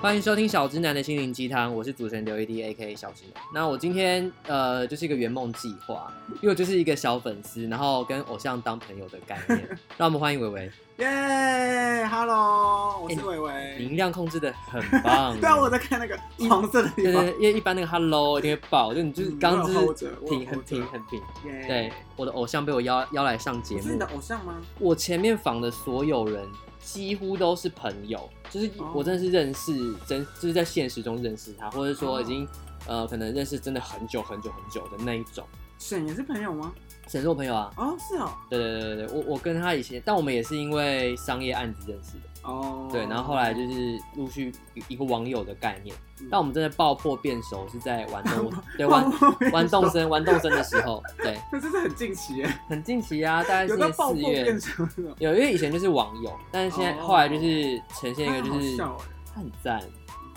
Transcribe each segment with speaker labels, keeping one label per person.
Speaker 1: 欢迎收听小直男的心灵鸡汤，我是主持人刘一 D A K 小直男。那我今天呃就是一个圆梦计划，因为我就是一个小粉丝，然后跟偶像当朋友的概 念。让我们欢迎伟伟，
Speaker 2: 耶、h e l l o 我
Speaker 1: 欸
Speaker 2: 是伟
Speaker 1: 你
Speaker 2: 伟。
Speaker 1: 音量控制的很棒。
Speaker 2: 对啊，我在看那个黄色的地
Speaker 1: 对
Speaker 2: 方
Speaker 1: 对，。因为一般那个 Hello 一定会爆，就你就是
Speaker 2: 嗯
Speaker 1: 刚刚
Speaker 2: 我
Speaker 1: 就
Speaker 2: 有 hold
Speaker 1: 是
Speaker 2: 着我有
Speaker 1: 挺很
Speaker 2: hold 着
Speaker 1: 挺很挺。
Speaker 2: 耶
Speaker 1: 对，，我的偶像被我邀邀来上节
Speaker 2: 我
Speaker 1: 目
Speaker 2: 是你的，偶像吗？
Speaker 1: 我前面访的所有人几乎都是朋友，就是
Speaker 2: 哦
Speaker 1: 我真的是认识真，就是在现实中认识他，或者
Speaker 2: 哦
Speaker 1: 说已经、呃可能认识真的很久很久很久的那一种。
Speaker 2: 沈也是朋友吗？
Speaker 1: 沈是我朋友啊，
Speaker 2: 哦，是哦，
Speaker 1: 对对对对对，我我跟他以前，但我们也是因为商业案子认识的，
Speaker 2: 哦，
Speaker 1: 对，然后后来就是陆续一一个网友的概念，
Speaker 2: 嗯
Speaker 1: 但我们真的爆破变熟是在玩 动物，对
Speaker 2: 哇
Speaker 1: 玩
Speaker 2: 我没有
Speaker 1: 玩动
Speaker 2: 说，
Speaker 1: 森玩动森的时候，对，
Speaker 2: 可是这很近期耶，
Speaker 1: 很近期啊，大概
Speaker 2: 有
Speaker 1: 今
Speaker 2: 到
Speaker 1: 年
Speaker 2: 爆
Speaker 1: 四
Speaker 2: 破
Speaker 1: 月，
Speaker 2: 变成那种，
Speaker 1: 有，因为以前就是网友，但是现在
Speaker 2: 哦啊
Speaker 1: 后来就是呈现一个就
Speaker 2: 好
Speaker 1: 是
Speaker 2: 笑
Speaker 1: 他很赞，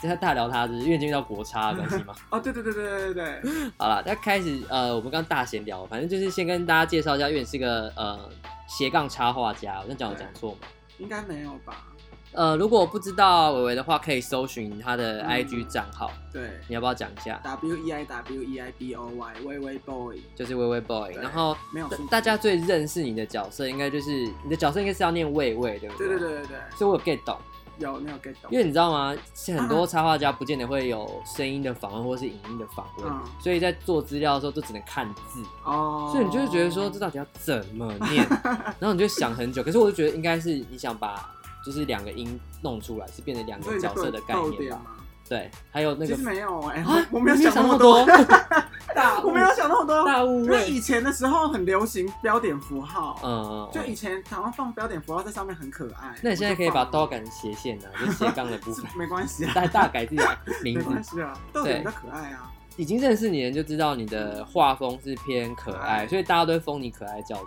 Speaker 1: 就他大聊他就是因为已经遇到国差的关 系嘛。
Speaker 2: 哎哦，对对对对对对对，
Speaker 1: 好了，那开始呃，我们刚大闲聊，反正就是先跟大家介绍一下，因为你是个呃斜杠插画家，我这样讲有讲错吗？
Speaker 2: 应该没有吧？
Speaker 1: 呃，如果不知道伟伟的话，可以搜寻他的
Speaker 2: 嗯
Speaker 1: IG 账号，
Speaker 2: 对
Speaker 1: 你要不要讲一下？
Speaker 2: ，W E I W E I B O Y，微微 boy，
Speaker 1: 就是微微 boy，
Speaker 2: 对
Speaker 1: 然后
Speaker 2: 没有
Speaker 1: 大
Speaker 2: 数字
Speaker 1: 大家最认识你的角色，应该就是你的角色应该是要念魏魏，对不
Speaker 2: 对
Speaker 1: 对？
Speaker 2: 对对对对，
Speaker 1: 所以我有 get 懂，
Speaker 2: 有你有 get 到？
Speaker 1: 因为你知道吗？是很多
Speaker 2: 啊
Speaker 1: 插画家不见得会有声音的访问或是影音的访问，
Speaker 2: 嗯
Speaker 1: 所以在做资料的时候都只能看字，
Speaker 2: 哦，
Speaker 1: 所以你就会觉得说这到底要怎么念， 然后你就想很久。可是我就觉得应该是你想把就是两个音弄出来，是变成两
Speaker 2: 所以
Speaker 1: 个
Speaker 2: 你就
Speaker 1: 角色的概
Speaker 2: 逗
Speaker 1: 念
Speaker 2: 点
Speaker 1: 吧？
Speaker 2: 吗？
Speaker 1: 对，还有那
Speaker 2: 其
Speaker 1: 个
Speaker 2: 实没有哎、
Speaker 1: 啊，
Speaker 2: 我我没有
Speaker 1: 你
Speaker 2: 想
Speaker 1: 想
Speaker 2: 那
Speaker 1: 么
Speaker 2: 么多，
Speaker 1: 大
Speaker 2: 我没有想那么多。
Speaker 1: 大误
Speaker 2: 因为
Speaker 1: 会，
Speaker 2: 以前的时候很流行标点符号，
Speaker 1: 嗯，
Speaker 2: 就以前好像放标点符号在上面很可爱。
Speaker 1: 那你现在可以
Speaker 2: 我就
Speaker 1: 把
Speaker 2: 放
Speaker 1: 刀改成斜线啊，就是斜杠的部分，
Speaker 2: 是没关系啊，
Speaker 1: 大大改自己的名
Speaker 2: 没关
Speaker 1: 字。
Speaker 2: 系啊，逗点比较可爱啊。
Speaker 1: 已经认识你的人就知道你的画风是偏可爱，所以大家都会封你可爱教 主。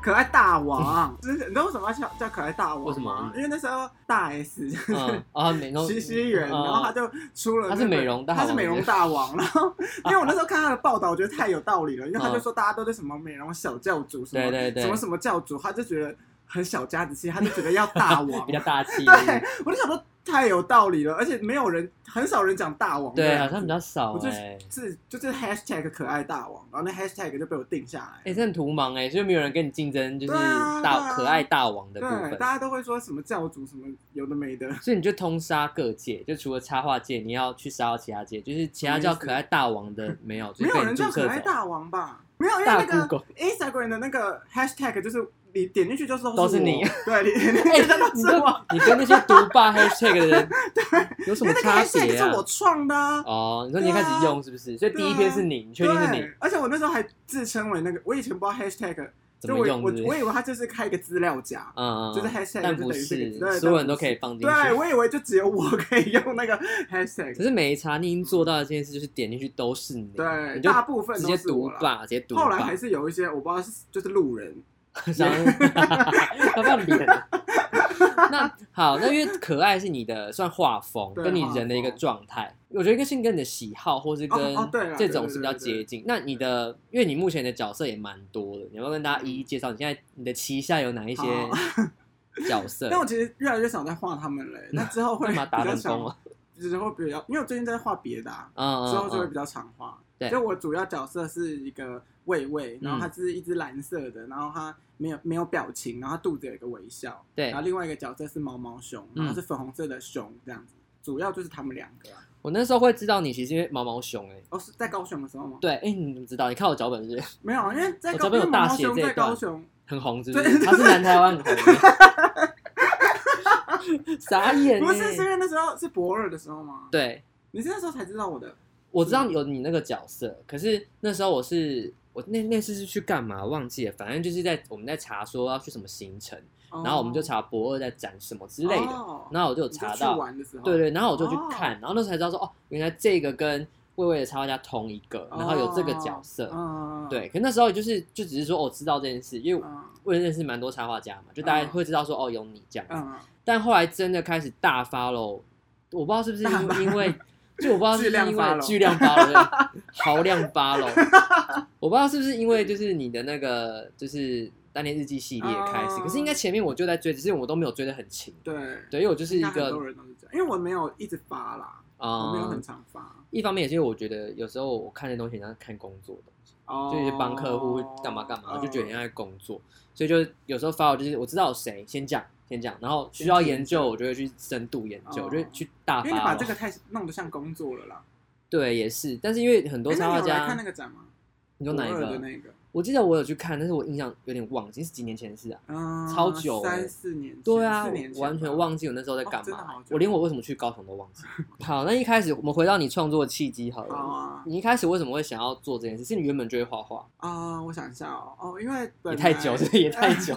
Speaker 2: 可爱 大王，就是你知道为什么要叫叫可爱大王吗？
Speaker 1: 为什么
Speaker 2: 因为那时候大 S 就是
Speaker 1: 嗯啊，美容
Speaker 2: 徐熙媛，然后
Speaker 1: 嗯
Speaker 2: 他就出了那
Speaker 1: 他
Speaker 2: 个
Speaker 1: 是美容大王
Speaker 2: 他是美容大王。然后因为我那时候看他的报道，我觉得太有道理了，因为他就说大家都是什么美容小教主，什么
Speaker 1: 嗯对对对
Speaker 2: 什么什么教主，他就觉得很小家子气，他就觉得要大王
Speaker 1: 比。较大气，
Speaker 2: 对，我就想说太有道理了，而且没有人很少人讲大王，
Speaker 1: 对，好像比较少
Speaker 2: 我就
Speaker 1: 哎。
Speaker 2: 是就是 hashtag 可爱大王，然后那 hashtag 就被我定下来。
Speaker 1: 哎，这很图盲哎，所以没有人跟你竞争，就是
Speaker 2: 对啊对
Speaker 1: 大
Speaker 2: 啊
Speaker 1: 可爱大王的部
Speaker 2: 对，
Speaker 1: 分
Speaker 2: 大，家都会说什么教主什么有的没的，
Speaker 1: 所以你就通杀各界，就除了插画界，你要去杀到其他界，就是其他
Speaker 2: 什么意
Speaker 1: 叫
Speaker 2: 思
Speaker 1: 可爱大王 的没有，就是
Speaker 2: 没有
Speaker 1: 被
Speaker 2: 人
Speaker 1: 你
Speaker 2: 叫
Speaker 1: 注
Speaker 2: 可
Speaker 1: 册
Speaker 2: 爱
Speaker 1: 走。
Speaker 2: 大王吧？没有，因为那
Speaker 1: 大
Speaker 2: 个
Speaker 1: Google
Speaker 2: Instagram 的那个 hashtag 就是你点进去就是
Speaker 1: 都是
Speaker 2: 是我
Speaker 1: 你，
Speaker 2: 对，你点进
Speaker 1: 哎
Speaker 2: 去就
Speaker 1: 你
Speaker 2: 是
Speaker 1: 跟
Speaker 2: 我，
Speaker 1: 你跟那些毒霸 hashtag 的 人有什
Speaker 2: 因
Speaker 1: 么
Speaker 2: 为那个
Speaker 1: 差
Speaker 2: hashtag
Speaker 1: 别
Speaker 2: 是
Speaker 1: 啊
Speaker 2: 我？创的啊。
Speaker 1: 哦，你说你一
Speaker 2: 对
Speaker 1: 开
Speaker 2: 啊
Speaker 1: 始用是不是？所以第一篇是你，你确定是你
Speaker 2: 对，而且我那时候还自称为那个，我以前不知道 hashtag，
Speaker 1: 怎
Speaker 2: 就
Speaker 1: 么
Speaker 2: 我
Speaker 1: 用
Speaker 2: 我
Speaker 1: 是不是？
Speaker 2: 我以为它就是开一个资料夹，
Speaker 1: 嗯嗯，嗯
Speaker 2: 就是 hashtag
Speaker 1: 但
Speaker 2: 就
Speaker 1: 不
Speaker 2: 等于这
Speaker 1: 是
Speaker 2: 个对
Speaker 1: 所有
Speaker 2: 但
Speaker 1: 人
Speaker 2: 不
Speaker 1: 都可以
Speaker 2: 是
Speaker 1: 放进去。
Speaker 2: 对我以为就只有我可以用那个 hashtag，
Speaker 1: 可是每一查你已经做到的这件事，就是点进去都是你，
Speaker 2: 对，
Speaker 1: 你就
Speaker 2: 大部分
Speaker 1: 直
Speaker 2: 都
Speaker 1: 接
Speaker 2: 是我
Speaker 1: 毒
Speaker 2: 啦。
Speaker 1: 霸，直接毒霸。
Speaker 2: 后来还是有一些我不知道是就是路人，
Speaker 1: 想要不要脸？ 那好，那因为可爱是你的算画风，
Speaker 2: 对
Speaker 1: 跟你人的一个状态，我觉得应该是跟你的喜好，或是跟
Speaker 2: 哦哦对啦
Speaker 1: 这种是比较
Speaker 2: 对对
Speaker 1: 接
Speaker 2: 对
Speaker 1: 近。那你的，因为你目前的角色也蛮多的，你要不要跟大家一一介绍？你现在你的旗下有哪一些
Speaker 2: 嗯好
Speaker 1: 角色？
Speaker 2: 但我其实越来越少在画他们 嘞。那之后会
Speaker 1: 干
Speaker 2: 比
Speaker 1: 嘛打
Speaker 2: 较
Speaker 1: 冷
Speaker 2: 想
Speaker 1: 宫，啊？
Speaker 2: 就是会比较，因为我最近在画别的、啊，
Speaker 1: 嗯
Speaker 2: 之后
Speaker 1: 嗯
Speaker 2: 就会
Speaker 1: 嗯
Speaker 2: 比较常画。
Speaker 1: 对嗯
Speaker 2: 就我主要角色是一个魏魏，然后它是一只蓝色的，然后它没有没有表情，然后它肚子有一个微笑。
Speaker 1: 对
Speaker 2: 然后，另外一个角色是毛毛熊，
Speaker 1: 嗯
Speaker 2: 然后是粉红色的熊这样子。主要就是他们两个、啊。
Speaker 1: 我那时候会知道你其实因为毛毛熊哎、欸
Speaker 2: 哦，是在高雄的时候吗？
Speaker 1: 对，哎、你怎么知道？你看我脚本是不是
Speaker 2: 没有啊，因为在
Speaker 1: 我这
Speaker 2: 高，
Speaker 1: 边
Speaker 2: 因
Speaker 1: 有
Speaker 2: 为毛
Speaker 1: 大
Speaker 2: 毛
Speaker 1: 写
Speaker 2: 熊
Speaker 1: 这一
Speaker 2: 在
Speaker 1: 段
Speaker 2: 高雄，
Speaker 1: 很红，是不是？
Speaker 2: 对
Speaker 1: 他是南台湾很红 欸，傻眼、欸。
Speaker 2: 不是是因为那时候是博二的时候吗？，
Speaker 1: 对，
Speaker 2: 你是那时候才知道我的。
Speaker 1: 我知道有你那个角色，可是那时候我是我那那次是去干嘛忘记了，反正就是在我们在查说要去什么行程，
Speaker 2: 哦
Speaker 1: 然后我们就查博二在展什么之类的，
Speaker 2: 哦
Speaker 1: 然后我就有
Speaker 2: 你
Speaker 1: 查
Speaker 2: 去
Speaker 1: 到，
Speaker 2: 玩的时候，
Speaker 1: 对对，然后我就去
Speaker 2: 哦
Speaker 1: 看，然后那时候才知道说哦，原来这个跟魏魏的插画家同一个，
Speaker 2: 哦
Speaker 1: 然后有这个角色，
Speaker 2: 嗯，
Speaker 1: 对，可那时候就是就只是说哦我知道这件事，因为
Speaker 2: 嗯，
Speaker 1: 我也认识蛮多插画家嘛，就大家会知道说、哦有你这样子，
Speaker 2: 嗯
Speaker 1: 但后来真的开始大发喽，我不知道是不是
Speaker 2: 大
Speaker 1: 因
Speaker 2: 发
Speaker 1: 因为，就我不知道是不是
Speaker 2: 质
Speaker 1: 因
Speaker 2: 量
Speaker 1: 为
Speaker 2: 发喽
Speaker 1: 巨量发 了，豪量发喽，我不知道是不是因为就是你的那个就是单恋日记系列开始，
Speaker 2: 哦
Speaker 1: 可是应该前面我就在追，只是我都没有追得很勤。
Speaker 2: 对，
Speaker 1: 对，因为我就是一
Speaker 2: 应该很
Speaker 1: 个
Speaker 2: 多人都是这样，因为我没有一直发啦，我
Speaker 1: 啊、
Speaker 2: 没有很常发，
Speaker 1: 一方面也是因为我觉得有时候我看的东西很像看工作的东西，
Speaker 2: 哦，
Speaker 1: 就是帮客户干嘛干嘛，
Speaker 2: 哦
Speaker 1: 我就觉得很像在工作，所以就有时候发我就是我知道有谁先讲先讲，然后需要研究我就会去深度研究，
Speaker 2: 哦
Speaker 1: 我就会去大
Speaker 2: 因为你把
Speaker 1: 发。哦
Speaker 2: 这个太弄得像工作了啦。
Speaker 1: 对，也是，但是因为很多
Speaker 2: 哎那
Speaker 1: 插
Speaker 2: 你
Speaker 1: 画
Speaker 2: 有来看那
Speaker 1: 家，
Speaker 2: 个展吗？
Speaker 1: 你说哪一
Speaker 2: 国二的
Speaker 1: 个？
Speaker 2: 那个，
Speaker 1: 我记得我有去看，但是我印象有点忘记是几年前的事啊。
Speaker 2: 嗯，
Speaker 1: 超久欸
Speaker 2: 三四年前，
Speaker 1: 对啊，
Speaker 2: 四年前
Speaker 1: 我完全
Speaker 2: 吧
Speaker 1: 忘记我那时候在干
Speaker 2: 哦真的
Speaker 1: 嘛、
Speaker 2: 好久
Speaker 1: 我连我为什么去高雄都忘 记。好，那一开始我们回到你创作的契机好了。
Speaker 2: 好啊
Speaker 1: 你一开始为什么会想要做这件事？是你原本就会画画，
Speaker 2: 啊！我想一下哦，哦，因为
Speaker 1: 也
Speaker 2: 本来
Speaker 1: 太久，这也 太久。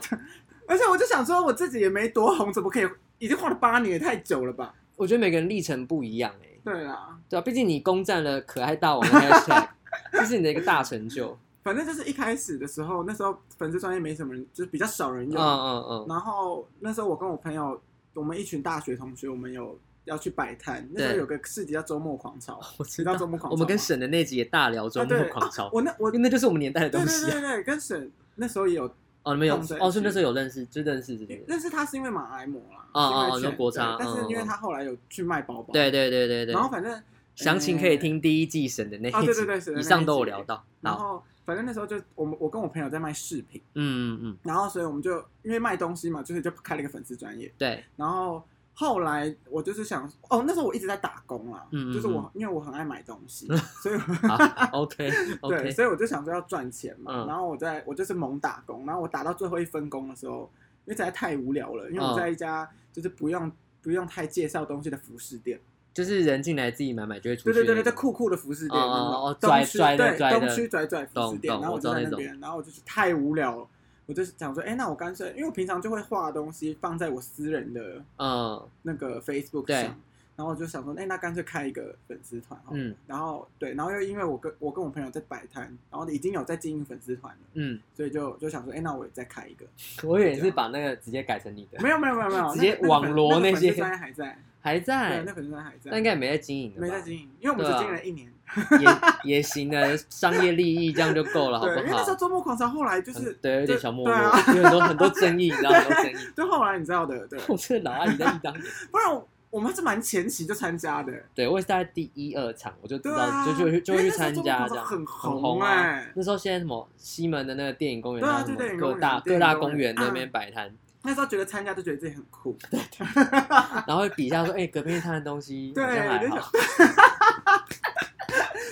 Speaker 2: 而且我就想说，我自己也没多红，怎么可以？已经画了八年，也太久了吧？
Speaker 1: 我觉得每个人历程不一样哎、
Speaker 2: 对啦，
Speaker 1: 对啊，毕竟你攻占了可爱大王的 hashtag，这是你的一个大成就。
Speaker 2: 反正就是一开始的时候，那时候粉丝专业没什么人，就是比较少人
Speaker 1: 嗯
Speaker 2: 用。
Speaker 1: 嗯嗯，
Speaker 2: 然后那时候我跟我朋友，我们一群大学同学，我们有要去摆摊，那时候
Speaker 1: 对
Speaker 2: 有个市集叫周末狂潮，
Speaker 1: 我
Speaker 2: 你
Speaker 1: 知
Speaker 2: 知道
Speaker 1: 道。
Speaker 2: 周末狂潮吗？
Speaker 1: 我们跟沈的那集也大聊周末狂
Speaker 2: 啊
Speaker 1: 潮
Speaker 2: 对，啊我那我
Speaker 1: 因为那就是我们年代的
Speaker 2: 对
Speaker 1: 东
Speaker 2: 对
Speaker 1: 西啊。
Speaker 2: 对对，跟沈那时候也有
Speaker 1: 哦，你们有
Speaker 2: 动在一起
Speaker 1: 哦，是那时候有认识，就认识是不是？
Speaker 2: 认识他是因为马来模啦，
Speaker 1: 哦
Speaker 2: 是因为
Speaker 1: 哦哦
Speaker 2: 犬
Speaker 1: 就国差
Speaker 2: 对但
Speaker 1: 嗯
Speaker 2: 是
Speaker 1: 嗯
Speaker 2: 因为他后来有去卖包包，
Speaker 1: 对对对对对
Speaker 2: 然。后反正
Speaker 1: 详情可以，
Speaker 2: 呃
Speaker 1: 听第一季沈的那一集，
Speaker 2: 哦对对对沈的那一集
Speaker 1: 以上都有聊到。
Speaker 2: 然
Speaker 1: 好，
Speaker 2: 后反正那时候就我们我跟我朋友在卖饰品，
Speaker 1: 嗯嗯嗯，
Speaker 2: 然后所以我们就因为卖东西嘛，就是就开了一个粉丝专业，
Speaker 1: 对，
Speaker 2: 然后。后来我就是想，哦，那时候我一直在打工啦，
Speaker 1: 嗯嗯
Speaker 2: 就是我因为我很爱买东 西，所以我
Speaker 1: 好，OK
Speaker 2: 对，
Speaker 1: OK，
Speaker 2: 所以我就想说要赚钱嘛。
Speaker 1: 嗯
Speaker 2: 然后我在我就是猛打工，然后我打到最后一份工的时候，因为实在太无聊了，因为我
Speaker 1: 嗯
Speaker 2: 在一家就是不用不用太介绍东西的服饰店，
Speaker 1: 就是人进来自己买买就会出
Speaker 2: 对
Speaker 1: 去那
Speaker 2: 对
Speaker 1: 个。
Speaker 2: 对对，在酷酷的服饰店，
Speaker 1: 哦哦哦
Speaker 2: 那
Speaker 1: 拽
Speaker 2: 种东区
Speaker 1: 拽的
Speaker 2: 对
Speaker 1: 拽的
Speaker 2: 东区拽拽服饰店，
Speaker 1: 懂懂
Speaker 2: 然后
Speaker 1: 我知
Speaker 2: 就
Speaker 1: 道
Speaker 2: 在
Speaker 1: 那
Speaker 2: 那
Speaker 1: 种
Speaker 2: 边，然后我就是太无聊了。我就是想说，哎、那我干脆，因为我平常就会画东西放在我私人的
Speaker 1: 嗯
Speaker 2: 那个 Facebook
Speaker 1: 对
Speaker 2: 上，然后我就想说，哎、那干脆开一个粉丝团好了，
Speaker 1: 嗯
Speaker 2: 然后对，然后又因为我跟我跟我朋友在摆摊，然后已经有在经营粉丝团了，
Speaker 1: 嗯，
Speaker 2: 所以就就想说，哎、那我也再开一个，
Speaker 1: 我以为你是把那个直接改成你的，
Speaker 2: 没有没有没有没有，
Speaker 1: 直接
Speaker 2: 那个
Speaker 1: 网罗
Speaker 2: 那
Speaker 1: 那些
Speaker 2: 个粉丝专业还在，
Speaker 1: 还在
Speaker 2: 对，那，粉丝专业还在，
Speaker 1: 那应该也没在经营的吧，
Speaker 2: 没在经营，因为我们只
Speaker 1: 对啊
Speaker 2: 经营了一年，
Speaker 1: 也也行的，商业利益这样就够了，好
Speaker 2: 对，因为
Speaker 1: 不
Speaker 2: 那时候
Speaker 1: 好？
Speaker 2: 周末狂潮后来就
Speaker 1: 嗯
Speaker 2: 是
Speaker 1: 对，有
Speaker 2: 就
Speaker 1: 点小没
Speaker 2: 对
Speaker 1: 落
Speaker 2: 啊，，
Speaker 1: 有很多很多争议，你知道很多争 议。
Speaker 2: 就后来你知道的，对，
Speaker 1: 我这个老阿姨在一当年，
Speaker 2: 不然我我们还是蛮前期就参加的，
Speaker 1: 对我也是大概第一二场，我就知
Speaker 2: 对
Speaker 1: 道，
Speaker 2: 啊，
Speaker 1: 就就去就
Speaker 2: 因
Speaker 1: 去
Speaker 2: 为那时候
Speaker 1: 参
Speaker 2: 周末
Speaker 1: 加
Speaker 2: 狂
Speaker 1: 这
Speaker 2: 潮
Speaker 1: 样，
Speaker 2: 很
Speaker 1: 很
Speaker 2: 红
Speaker 1: 红啊。
Speaker 2: 哎，
Speaker 1: 那时候现在什么西门的那个电影公园，
Speaker 2: 对啊
Speaker 1: 然后什
Speaker 2: 对
Speaker 1: 么
Speaker 2: 电影
Speaker 1: 各
Speaker 2: 公
Speaker 1: 大
Speaker 2: 园电
Speaker 1: 各
Speaker 2: 影
Speaker 1: 大公
Speaker 2: 公
Speaker 1: 园
Speaker 2: 园嗯
Speaker 1: 那边摆 摊，
Speaker 2: 那时候觉得参加就觉得自己很 酷，
Speaker 1: 然后会比一下说，哎，隔壁摊的东西好
Speaker 2: 对
Speaker 1: 像还好，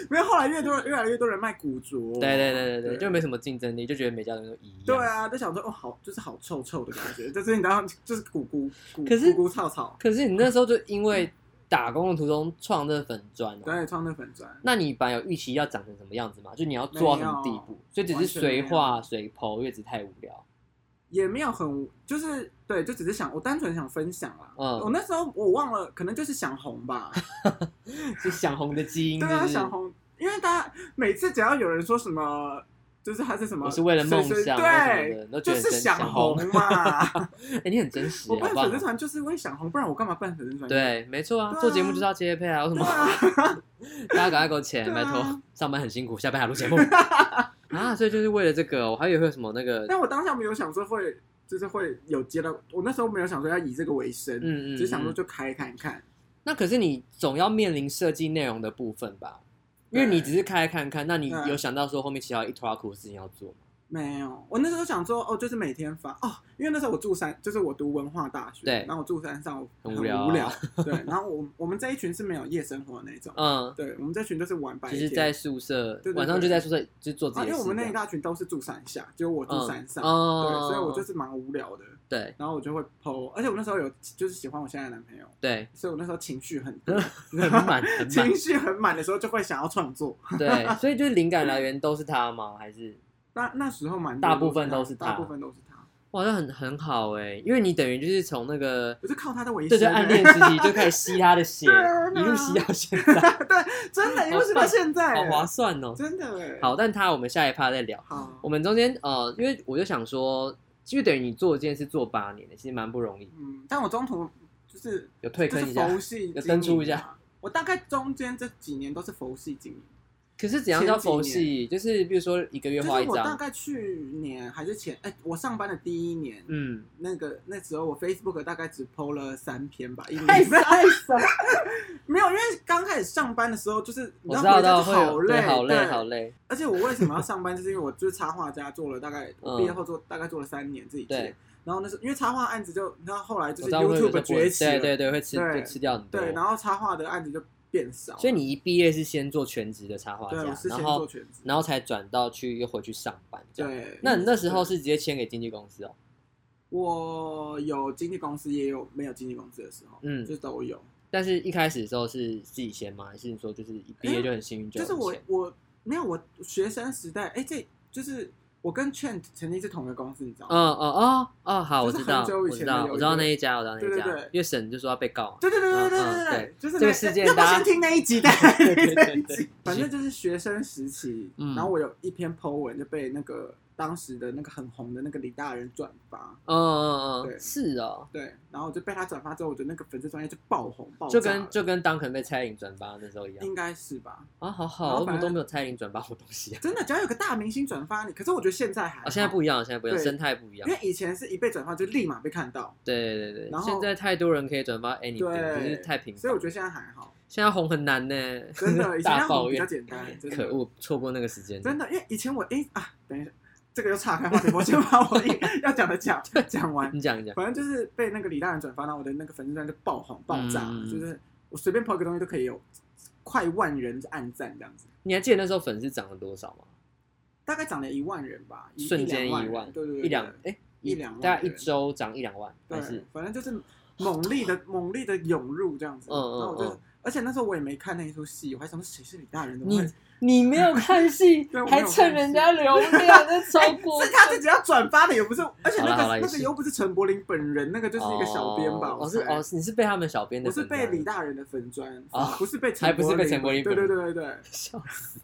Speaker 2: 没有后来越多人越来越多人卖古着，
Speaker 1: 对对对对 对，就没什么竞争力，就觉得每家人都一样。
Speaker 2: 对啊，就想说哦，好，就是好臭臭的感觉，就是你知道，就是古古古
Speaker 1: 可是
Speaker 2: 古古草草，
Speaker 1: 可是你那时候就因为打工的途中创这粉砖、啊，
Speaker 2: 嗯对，创那粉砖，
Speaker 1: 那你本来有预期要长成什么样子吗？就你要做到什么地步？所以只是随画随剖，因为只是太无聊。
Speaker 2: 也没有很，就是对，就只是想，我单纯想分享啦。
Speaker 1: 嗯
Speaker 2: 我那时候我忘了，可能就是想红吧，
Speaker 1: 是想红的基因，
Speaker 2: 对
Speaker 1: 就
Speaker 2: 啊，
Speaker 1: 是
Speaker 2: 想红，因为大家每次只要有人说什么，就是他是什么，
Speaker 1: 我是为了梦
Speaker 2: 谁谁
Speaker 1: 想或什么的
Speaker 2: 对，
Speaker 1: 都觉
Speaker 2: 就
Speaker 1: 得很
Speaker 2: 是想红嘛。
Speaker 1: 哎、你很真实，
Speaker 2: 我
Speaker 1: 好
Speaker 2: 办
Speaker 1: 棒
Speaker 2: 粉
Speaker 1: 哦、
Speaker 2: 丝团就是为想红，不然我干嘛办粉丝团？
Speaker 1: 对，没错啊，
Speaker 2: 对啊
Speaker 1: 做节目就是要接配啊，有什么？
Speaker 2: 对
Speaker 1: 大家
Speaker 2: 啊，
Speaker 1: 赶快给我钱，
Speaker 2: 对啊
Speaker 1: 拜托，上班很辛苦，下班还录节 目啊，所以就是为了这个，我还以为会有什么那个，
Speaker 2: 但我当下没有想说会，就是会有接到，我那时候没有想说要以这个为生，
Speaker 1: 嗯嗯，
Speaker 2: 只是想说
Speaker 1: 嗯
Speaker 2: 就开看看。
Speaker 1: 那可是你总要面临设计内容的部分吧？因为
Speaker 2: 对嗯
Speaker 1: 你只是开看看，那你
Speaker 2: 对
Speaker 1: 有想到说后面其他一拖拉苦的事情要做吗？
Speaker 2: 没有，我那时候想说，哦，就是每天发哦，因为那时候我住山，就是我读文化大学，
Speaker 1: 对
Speaker 2: 然后我住山上，我
Speaker 1: 很
Speaker 2: 很
Speaker 1: 无聊啊
Speaker 2: 无聊，对，然后我我们这一群是没有夜生活的那种，
Speaker 1: 嗯，
Speaker 2: 对，我们这群都是玩白
Speaker 1: 就
Speaker 2: 天，
Speaker 1: 是在宿舍
Speaker 2: 对对对
Speaker 1: 晚上就在宿舍就做自
Speaker 2: 啊，
Speaker 1: 己
Speaker 2: 因
Speaker 1: 的事
Speaker 2: 为我
Speaker 1: 这
Speaker 2: 们那一
Speaker 1: 样。嗯
Speaker 2: 大群都是住山下，只有我住山上，对，
Speaker 1: 哦，
Speaker 2: 所以我就是蛮无聊的，
Speaker 1: 对
Speaker 2: 然后我就会 PO，而且我那时候有就是喜欢我现在的男朋友，
Speaker 1: 对
Speaker 2: 所以我那时候情绪 很多，
Speaker 1: 很满很
Speaker 2: 情
Speaker 1: 满，
Speaker 2: 绪很满的时候就会想要创作，
Speaker 1: 对，所以就是灵感来源都是他吗？还是
Speaker 2: 那那时候蛮多
Speaker 1: 大部分都
Speaker 2: 都
Speaker 1: 是他
Speaker 2: 大部分都是他，
Speaker 1: 哇，那很很好哎、因为你等于就是从那个
Speaker 2: 我是靠他的维
Speaker 1: 对
Speaker 2: 生
Speaker 1: 对
Speaker 2: 的，
Speaker 1: 暗 恋时期就开始吸他的血，
Speaker 2: 对啊
Speaker 1: 一路吸到现 在，
Speaker 2: 真的，一路是到现在，
Speaker 1: 好划算哦、
Speaker 2: 真的哎，
Speaker 1: 好，但他我们下一趴再聊。
Speaker 2: 好，
Speaker 1: 我们中间呃，因为我就想说，就等于你做这件事做八年，其实蛮不容易，
Speaker 2: 嗯，但我中途就是
Speaker 1: 有退
Speaker 2: 就是
Speaker 1: 坑一下，
Speaker 2: 佛系经营啊
Speaker 1: 有登出一下，
Speaker 2: 我大概中间这几年都是佛系经营，
Speaker 1: 可是怎样叫
Speaker 2: 前几
Speaker 1: 佛系？就是比如说一个月
Speaker 2: 就是
Speaker 1: 画一
Speaker 2: 我大
Speaker 1: 张，
Speaker 2: 概去年还是前，哎、我上班的第一年，
Speaker 1: 嗯，
Speaker 2: 那个那时候我 Facebook 大概只 PO 了三篇吧，一年
Speaker 3: 太
Speaker 1: 哎
Speaker 3: 少太少，
Speaker 2: 没有，因为刚开始上班的时候就是你
Speaker 1: 我知
Speaker 2: 回
Speaker 1: 道
Speaker 2: 家
Speaker 1: 到
Speaker 2: 就
Speaker 1: 会
Speaker 2: 好
Speaker 1: 有对
Speaker 2: 累，
Speaker 1: 好累，好
Speaker 2: 累。
Speaker 1: 累，
Speaker 2: 而且我为什么要上班， 就是因为我就是插画家做了大概，我
Speaker 1: 嗯
Speaker 2: 毕业后做大概做了三年自己接
Speaker 1: 对，
Speaker 2: 然后那时候因为插画案子就，你知道后来就
Speaker 1: 我
Speaker 2: 是
Speaker 1: 知道会有些
Speaker 2: YouTube 崛起了，
Speaker 1: 对对对，会吃
Speaker 2: 对
Speaker 1: 就吃掉很多。
Speaker 2: 对然后插画的案子就变少了，
Speaker 1: 所以你一毕业是先做全职的插画
Speaker 2: 对
Speaker 1: 家
Speaker 2: 我是，先
Speaker 1: 然
Speaker 2: 做
Speaker 1: 后
Speaker 2: 全职，
Speaker 1: 然后才转到去又回去上班这样。
Speaker 2: 对，
Speaker 1: 那你那时候
Speaker 2: 对
Speaker 1: 是直接签给经纪公司哦？
Speaker 2: 我有经纪公司，也有没有经纪公司的时候，
Speaker 1: 嗯
Speaker 2: 就都有。
Speaker 1: 但是一开始的时候是自己先吗？还是你说就是一毕业就很幸运就
Speaker 2: 就是
Speaker 1: 有
Speaker 2: 我
Speaker 1: 签？
Speaker 2: 我没有我学生时代，哎、这就是我跟 Chant 曾经是同一个公司，你知道
Speaker 1: 嗯
Speaker 2: 吗？
Speaker 1: 哦哦哦，好，我
Speaker 2: 就是
Speaker 1: 知道，
Speaker 2: 很久
Speaker 1: 我
Speaker 2: 以
Speaker 1: 知
Speaker 2: 前
Speaker 1: 道
Speaker 2: 的，有
Speaker 1: 我
Speaker 2: 一
Speaker 1: 知道
Speaker 2: 个
Speaker 1: 那一家，我知道那一家
Speaker 2: 对对对，
Speaker 1: 因为省就说要被告嘛。
Speaker 2: 对对对对
Speaker 1: 嗯
Speaker 2: 对
Speaker 1: 嗯
Speaker 2: 对
Speaker 1: 对
Speaker 2: 就是
Speaker 1: 这个
Speaker 2: 那
Speaker 1: 事件
Speaker 2: 要不
Speaker 1: 大家
Speaker 2: 先听那一集， 大家可以
Speaker 1: 对对
Speaker 2: 再听
Speaker 1: 对
Speaker 2: 集反正就是学生时期，
Speaker 1: 嗯
Speaker 2: 然后我有一篇 po 文就被那个当时的那个很红的那个李大人转发，
Speaker 1: 嗯嗯嗯，
Speaker 2: 对
Speaker 1: 是哦，
Speaker 2: 对，然后我就被他转发之后，我觉得那个粉丝专业就爆红爆炸
Speaker 1: 就
Speaker 2: 了，
Speaker 1: 跟就跟当肯被蔡依林转发那时候一样
Speaker 2: 应该是吧？
Speaker 1: 啊，好
Speaker 2: 然
Speaker 1: 好，
Speaker 2: 后
Speaker 1: 我怎么
Speaker 2: 反
Speaker 1: 都
Speaker 2: 正
Speaker 1: 没有蔡依林转发我东西啊？
Speaker 2: 真的，只要有个大明星转发你，可是我觉得现在还
Speaker 1: 啊，现在
Speaker 2: 好
Speaker 1: 不一样了，现在不一样，
Speaker 2: 对
Speaker 1: 生态不一样
Speaker 2: 因。为以前是一被转发就立马被看到，
Speaker 1: 对对对对，
Speaker 2: 然后
Speaker 1: 现在太多人可以转发 anything，就
Speaker 2: 对，
Speaker 1: 是太频繁
Speaker 2: 所以我，觉得现在还好，
Speaker 1: 现在红很难呢，
Speaker 2: 真的，以前
Speaker 1: 大
Speaker 2: 要红
Speaker 1: 抱
Speaker 2: 比较
Speaker 1: 怨，
Speaker 2: 简单，真的
Speaker 1: 可，恶，错过那个时间，
Speaker 2: 真的，因为以前我哎、啊，等一下，这个又岔开话题，我先把我一要讲的讲讲完，
Speaker 1: 你讲一讲，
Speaker 2: 反正就是被那个李大人转发，然后我的那个粉丝团就爆红爆炸，
Speaker 1: 嗯
Speaker 2: 就是我随便抛一个东西都可以有快万人按赞这样子。
Speaker 1: 你还记得那时候粉丝涨了多少吗？
Speaker 2: 大概涨了一万人吧，一
Speaker 1: 瞬间
Speaker 2: 一两
Speaker 1: 万，
Speaker 2: 人对对对，
Speaker 1: 一两
Speaker 2: 对
Speaker 1: 哎
Speaker 2: 一两万
Speaker 1: 大概一
Speaker 2: 人
Speaker 1: 周涨一两万，还是
Speaker 2: 对，反正就是猛力的猛力的涌入这样子。
Speaker 1: 嗯嗯
Speaker 2: 然后我就
Speaker 1: 嗯，
Speaker 2: 而且那时候我也没看那一出戏，我还想说谁是李大人，怎么
Speaker 1: 你
Speaker 2: 会
Speaker 1: 你没有看戏
Speaker 2: 对我，没有
Speaker 1: 还
Speaker 2: 看戏
Speaker 1: 蹭人家流 量，那超过
Speaker 2: 是他自己要转发的，也不是，而且那
Speaker 1: 好啦好啦
Speaker 2: 个
Speaker 1: 也
Speaker 2: 那
Speaker 1: 是
Speaker 2: 个又不是陈柏霖本人，那个 就是一个小编吧。
Speaker 1: 哦，
Speaker 2: 我
Speaker 1: 是
Speaker 2: 猜
Speaker 1: 哦，，你是被他们小编的
Speaker 2: 我是
Speaker 1: 粉专，
Speaker 2: 被李大人的粉砖
Speaker 1: 哦，
Speaker 2: 不是被
Speaker 1: 还不是被陈
Speaker 2: 陈
Speaker 1: 柏
Speaker 2: 柏
Speaker 1: 霖
Speaker 2: 对对对对对
Speaker 1: 笑死，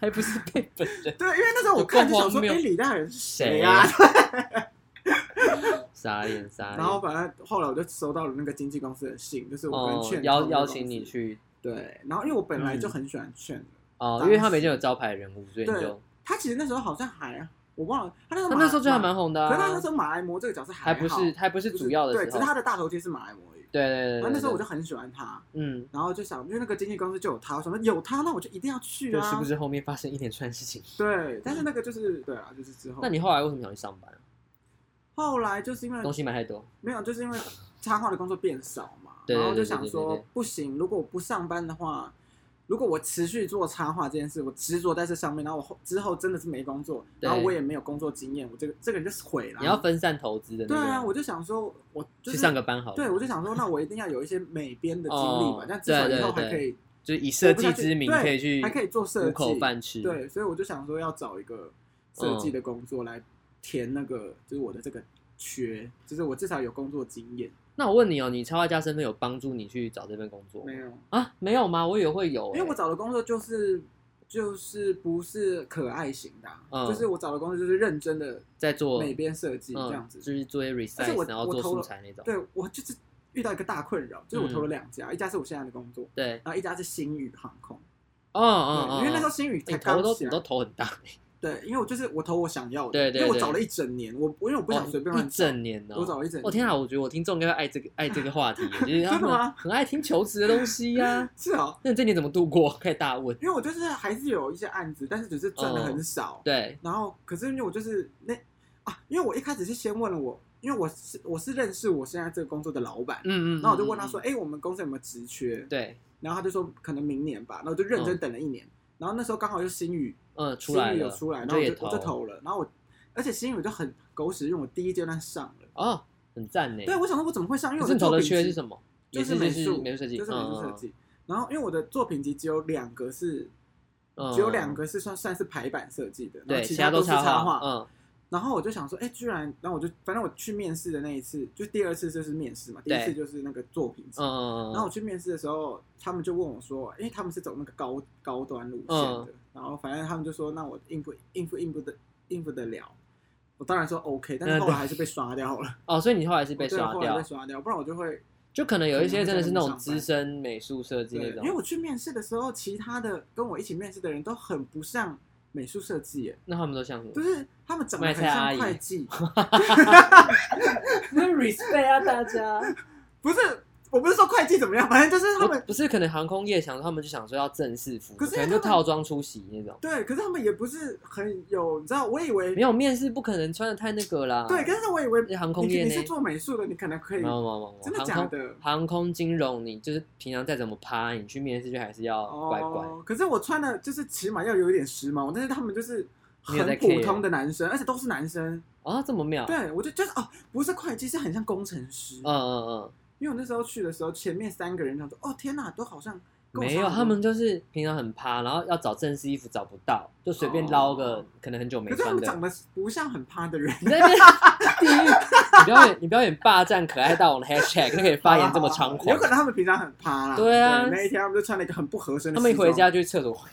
Speaker 1: 还不是被本 人
Speaker 2: 对，因为那时候我看就想
Speaker 1: 有够
Speaker 2: 说，
Speaker 1: 荒谬
Speaker 2: 哎，李大人是
Speaker 1: 谁啊
Speaker 2: 呀？
Speaker 1: 傻眼傻眼，
Speaker 2: 啊然后反正后来我就收到了那个经纪公司的信，就是我跟
Speaker 1: 哦
Speaker 2: 劝
Speaker 1: 邀邀请你去嗯
Speaker 2: 对，然后因为我本来就很喜欢劝的，
Speaker 1: 哦，
Speaker 2: 当
Speaker 1: 因为他们已
Speaker 2: 时
Speaker 1: 经有招牌人物，所以你
Speaker 2: 对
Speaker 1: 就
Speaker 2: 他其实那时候好像还我忘了，他那时
Speaker 1: 他
Speaker 2: 候
Speaker 1: 那时候就还
Speaker 2: 蛮。
Speaker 1: 蛮红的
Speaker 2: 可
Speaker 1: 啊
Speaker 2: 是，他那时候马来貘这个角色
Speaker 1: 还
Speaker 2: 还
Speaker 1: 不
Speaker 2: 好
Speaker 1: 是还不是
Speaker 2: 就是
Speaker 1: 主要的
Speaker 2: 对，
Speaker 1: 时
Speaker 2: 只
Speaker 1: 候
Speaker 2: 是，他的大头贴是马来貘而已。
Speaker 1: 对对对对
Speaker 2: 然后，那时候我
Speaker 1: 对
Speaker 2: 就很喜欢他，
Speaker 1: 嗯。
Speaker 2: 然后就想，因为那个经纪公司就有他，我想说有他，那我就一定要去
Speaker 1: 就
Speaker 2: 啊。
Speaker 1: 是不是后面发生一连串事情？
Speaker 2: 对，但是那个就是对啊，就是之后
Speaker 1: 那，你后来为什么想去上班？啊
Speaker 2: 后来就是因
Speaker 1: 东
Speaker 2: 为
Speaker 1: 西买太多，
Speaker 2: 没有，就是因为插画的工作变少嘛，
Speaker 1: 对
Speaker 2: 然后
Speaker 1: 对
Speaker 2: 就
Speaker 1: 对
Speaker 2: 想
Speaker 1: 对对
Speaker 2: 说
Speaker 1: 对
Speaker 2: 不行，如果我不上班的话，如果我持续做插画这件事，我执着在这上面，然后我后之后真的是没工作，
Speaker 1: 对
Speaker 2: 然后我也没有工作经验，我这个这个人就是毁了。啊
Speaker 1: 你要分散投资的那
Speaker 2: 对
Speaker 1: 种。
Speaker 2: 啊，我就想说，我就
Speaker 1: 去
Speaker 2: 是
Speaker 1: 上个班好了。
Speaker 2: 对，我就想说，那我一定要有一些美编的经历吧
Speaker 1: 哦，
Speaker 2: 那至少
Speaker 1: 对
Speaker 2: 以后
Speaker 1: 对
Speaker 2: 还可以
Speaker 1: 就是以设计之名
Speaker 2: 我不
Speaker 1: 可
Speaker 2: 下
Speaker 1: 以去，
Speaker 2: 还可以做设
Speaker 1: 糊口嗯
Speaker 2: 计，
Speaker 1: 饭吃。
Speaker 2: 对，所以我就想说要找一个设计的工作来填那个，就是我的这个缺，就是我至少有工作经验。
Speaker 1: 那我问你哦，你插画家身份有帮助你去找这份工作吗
Speaker 2: 没有，
Speaker 1: 啊？没有吗？我以为会有欸、
Speaker 2: 因为我找的工作就是就是不是可爱型的啊、
Speaker 1: 嗯
Speaker 2: 就是我找的工作就是认真的
Speaker 1: 在做
Speaker 2: 美编设计这样子。
Speaker 1: 嗯，就是做一些
Speaker 2: 而且
Speaker 1: resize，
Speaker 2: 我
Speaker 1: 然后
Speaker 2: 我
Speaker 1: 做
Speaker 2: 投
Speaker 1: 素
Speaker 2: 了
Speaker 1: 材那种。
Speaker 2: 对我就是遇到一个大困扰，就是我投了
Speaker 1: 嗯
Speaker 2: 两家，一家是我现在的工作，
Speaker 1: 对，
Speaker 2: 然后一家是星宇航空。
Speaker 1: 哦哦哦，
Speaker 2: 对因为那时候
Speaker 1: 哦
Speaker 2: 星宇
Speaker 1: 你
Speaker 2: 才
Speaker 1: 头
Speaker 2: 刚
Speaker 1: 都
Speaker 2: 起
Speaker 1: 你
Speaker 2: 来
Speaker 1: 都，头很大欸，
Speaker 2: 对，因为我就是我投我想要的，
Speaker 1: 对对
Speaker 2: 因为我
Speaker 1: 对
Speaker 2: 找了一整年，我我因为我不想随便
Speaker 1: 哦
Speaker 2: 乱
Speaker 1: 一
Speaker 2: 找，
Speaker 1: 整年哦。
Speaker 2: 我找了一整年，
Speaker 1: 我、天啊！我觉得我听众应该会爱这个爱这个话 题欸，就是他
Speaker 2: 真的
Speaker 1: 们
Speaker 2: 吗
Speaker 1: 很爱听求职的东西呀、
Speaker 2: 是哦，
Speaker 1: 那你这年怎么度过？可以大问。
Speaker 2: 因为我就是还是有一些案子，但是只是赚
Speaker 1: 嗯
Speaker 2: 的很少，
Speaker 1: 对，
Speaker 2: 然后可是因为我就是那啊，因为我一开始是先问了我，因为我是我是认识我现在这个工作的老板。
Speaker 1: 嗯嗯。
Speaker 2: 然后我就问他
Speaker 1: 嗯
Speaker 2: 说：“
Speaker 1: 嗯
Speaker 2: 哎、我们公司有没有职缺
Speaker 1: 嗯对，？”
Speaker 2: 然后他就说：“可能明年吧。”然后我就认真等了一年。然后那时候刚好就新宇
Speaker 1: 嗯，出
Speaker 2: 新
Speaker 1: 来
Speaker 2: 宇
Speaker 1: 了，
Speaker 2: 有出来，
Speaker 1: 你
Speaker 2: 然后我
Speaker 1: 也
Speaker 2: 就我就投了。然后我，而且新宇就很狗屎，因为我第一阶段上了。
Speaker 1: 哦，很赞呢。
Speaker 2: 对，啊我想说我怎么会上？因为
Speaker 1: 可
Speaker 2: 我
Speaker 1: 是你投
Speaker 2: 作
Speaker 1: 的
Speaker 2: 品
Speaker 1: 缺
Speaker 2: 集
Speaker 1: 是什么？
Speaker 2: 就是
Speaker 1: 美
Speaker 2: 美
Speaker 1: 术
Speaker 2: 术
Speaker 1: 美术设计，嗯
Speaker 2: 就是美术设计。然后因为我的作品集只有两个是，
Speaker 1: 嗯，嗯
Speaker 2: 只有两，个是算算是排版设计的，然
Speaker 1: 对，
Speaker 2: 后其
Speaker 1: 他
Speaker 2: 都是
Speaker 1: 插
Speaker 2: 画。
Speaker 1: 嗯，
Speaker 2: 然后我就想说，哎，居然，然后我就反正我去面试的那一次，就第二次就是面试嘛，第
Speaker 1: 对
Speaker 2: 一次就是那个作品集。
Speaker 1: 嗯，
Speaker 2: 然后我去面试的时候，他们就问我说，因为他们是走那个高高端路线的，
Speaker 1: 嗯
Speaker 2: 然后反正他们就说，那我应付应付应付的应付得了。我当然说 OK，但
Speaker 1: 嗯
Speaker 2: 是后
Speaker 1: 对
Speaker 2: 来还是被刷掉了。
Speaker 1: 哦，所以你后来是被
Speaker 2: 对
Speaker 1: 刷
Speaker 2: 后来
Speaker 1: 掉
Speaker 2: 被，刷掉，不然我就会
Speaker 1: 就可能有一些真的是那种
Speaker 2: 可能会在那边上
Speaker 1: 资
Speaker 2: 班
Speaker 1: 深美术设计那
Speaker 2: 对，因为
Speaker 1: 种，
Speaker 2: 我去面试的时候，其他的跟我一起面试的人都很不像美术设计耶，
Speaker 1: 那他们都像什么
Speaker 2: 就？是他们长得
Speaker 1: 卖
Speaker 2: 很
Speaker 1: 菜阿
Speaker 2: 像
Speaker 1: 姨
Speaker 2: 会计，
Speaker 1: 那 respect 啊，大家。
Speaker 2: 不是，我不是说会计怎么样，反正就是他
Speaker 1: 我
Speaker 2: 们
Speaker 1: 不是，可能航空业想，他们就想说要正式服，
Speaker 2: 可是
Speaker 1: 可能
Speaker 2: 他
Speaker 1: 就
Speaker 2: 们
Speaker 1: 套装出席那种。
Speaker 2: 对，可是他们也不是很有，你知道，我以为
Speaker 1: 没有面试不可能穿的太那个啦。
Speaker 2: 对，但是我以为
Speaker 1: 那航空
Speaker 2: 你
Speaker 1: 业
Speaker 2: 你
Speaker 1: 呢
Speaker 2: 是？做美术的，你可能可
Speaker 1: 没
Speaker 2: 以
Speaker 1: 有没，有没有
Speaker 2: 真
Speaker 1: 没
Speaker 2: 的
Speaker 1: 有，
Speaker 2: 假
Speaker 1: 航空
Speaker 2: 的？
Speaker 1: 航空金融，你就是平常再怎么趴，你去面试就还是要乖乖。
Speaker 2: 哦，可是我穿的就是起码要有一点时髦，但是他们就是
Speaker 1: 没有在
Speaker 2: 很普
Speaker 1: care
Speaker 2: 通的男生，而且都是男生。
Speaker 1: 啊，这么妙。嗯
Speaker 2: 对，我就就是哦，不是会计，是很像工程师。
Speaker 1: 嗯嗯，
Speaker 2: 因为我那时候去的时候，前面三个人想说，哦天哪，都好像跟我
Speaker 1: 没有，
Speaker 2: 差不多
Speaker 1: 他们就是平常很趴，然后要找正式衣服找不到，就随便捞个
Speaker 2: 哦
Speaker 1: 可能很久没
Speaker 2: 可是他
Speaker 1: 穿
Speaker 2: 们
Speaker 1: 的
Speaker 2: 长。得不像很趴的人。
Speaker 1: 你在那边地狱，你表演你表演霸占可爱大王的 hashtag，就可以发言这么猖
Speaker 2: 哦有
Speaker 1: 狂
Speaker 2: 可。能他们平常很趴啦。
Speaker 1: 对啊
Speaker 2: 那一天他们就穿了一个很不合身的
Speaker 1: 他
Speaker 2: 西装。
Speaker 1: 们一回家就去厕所换，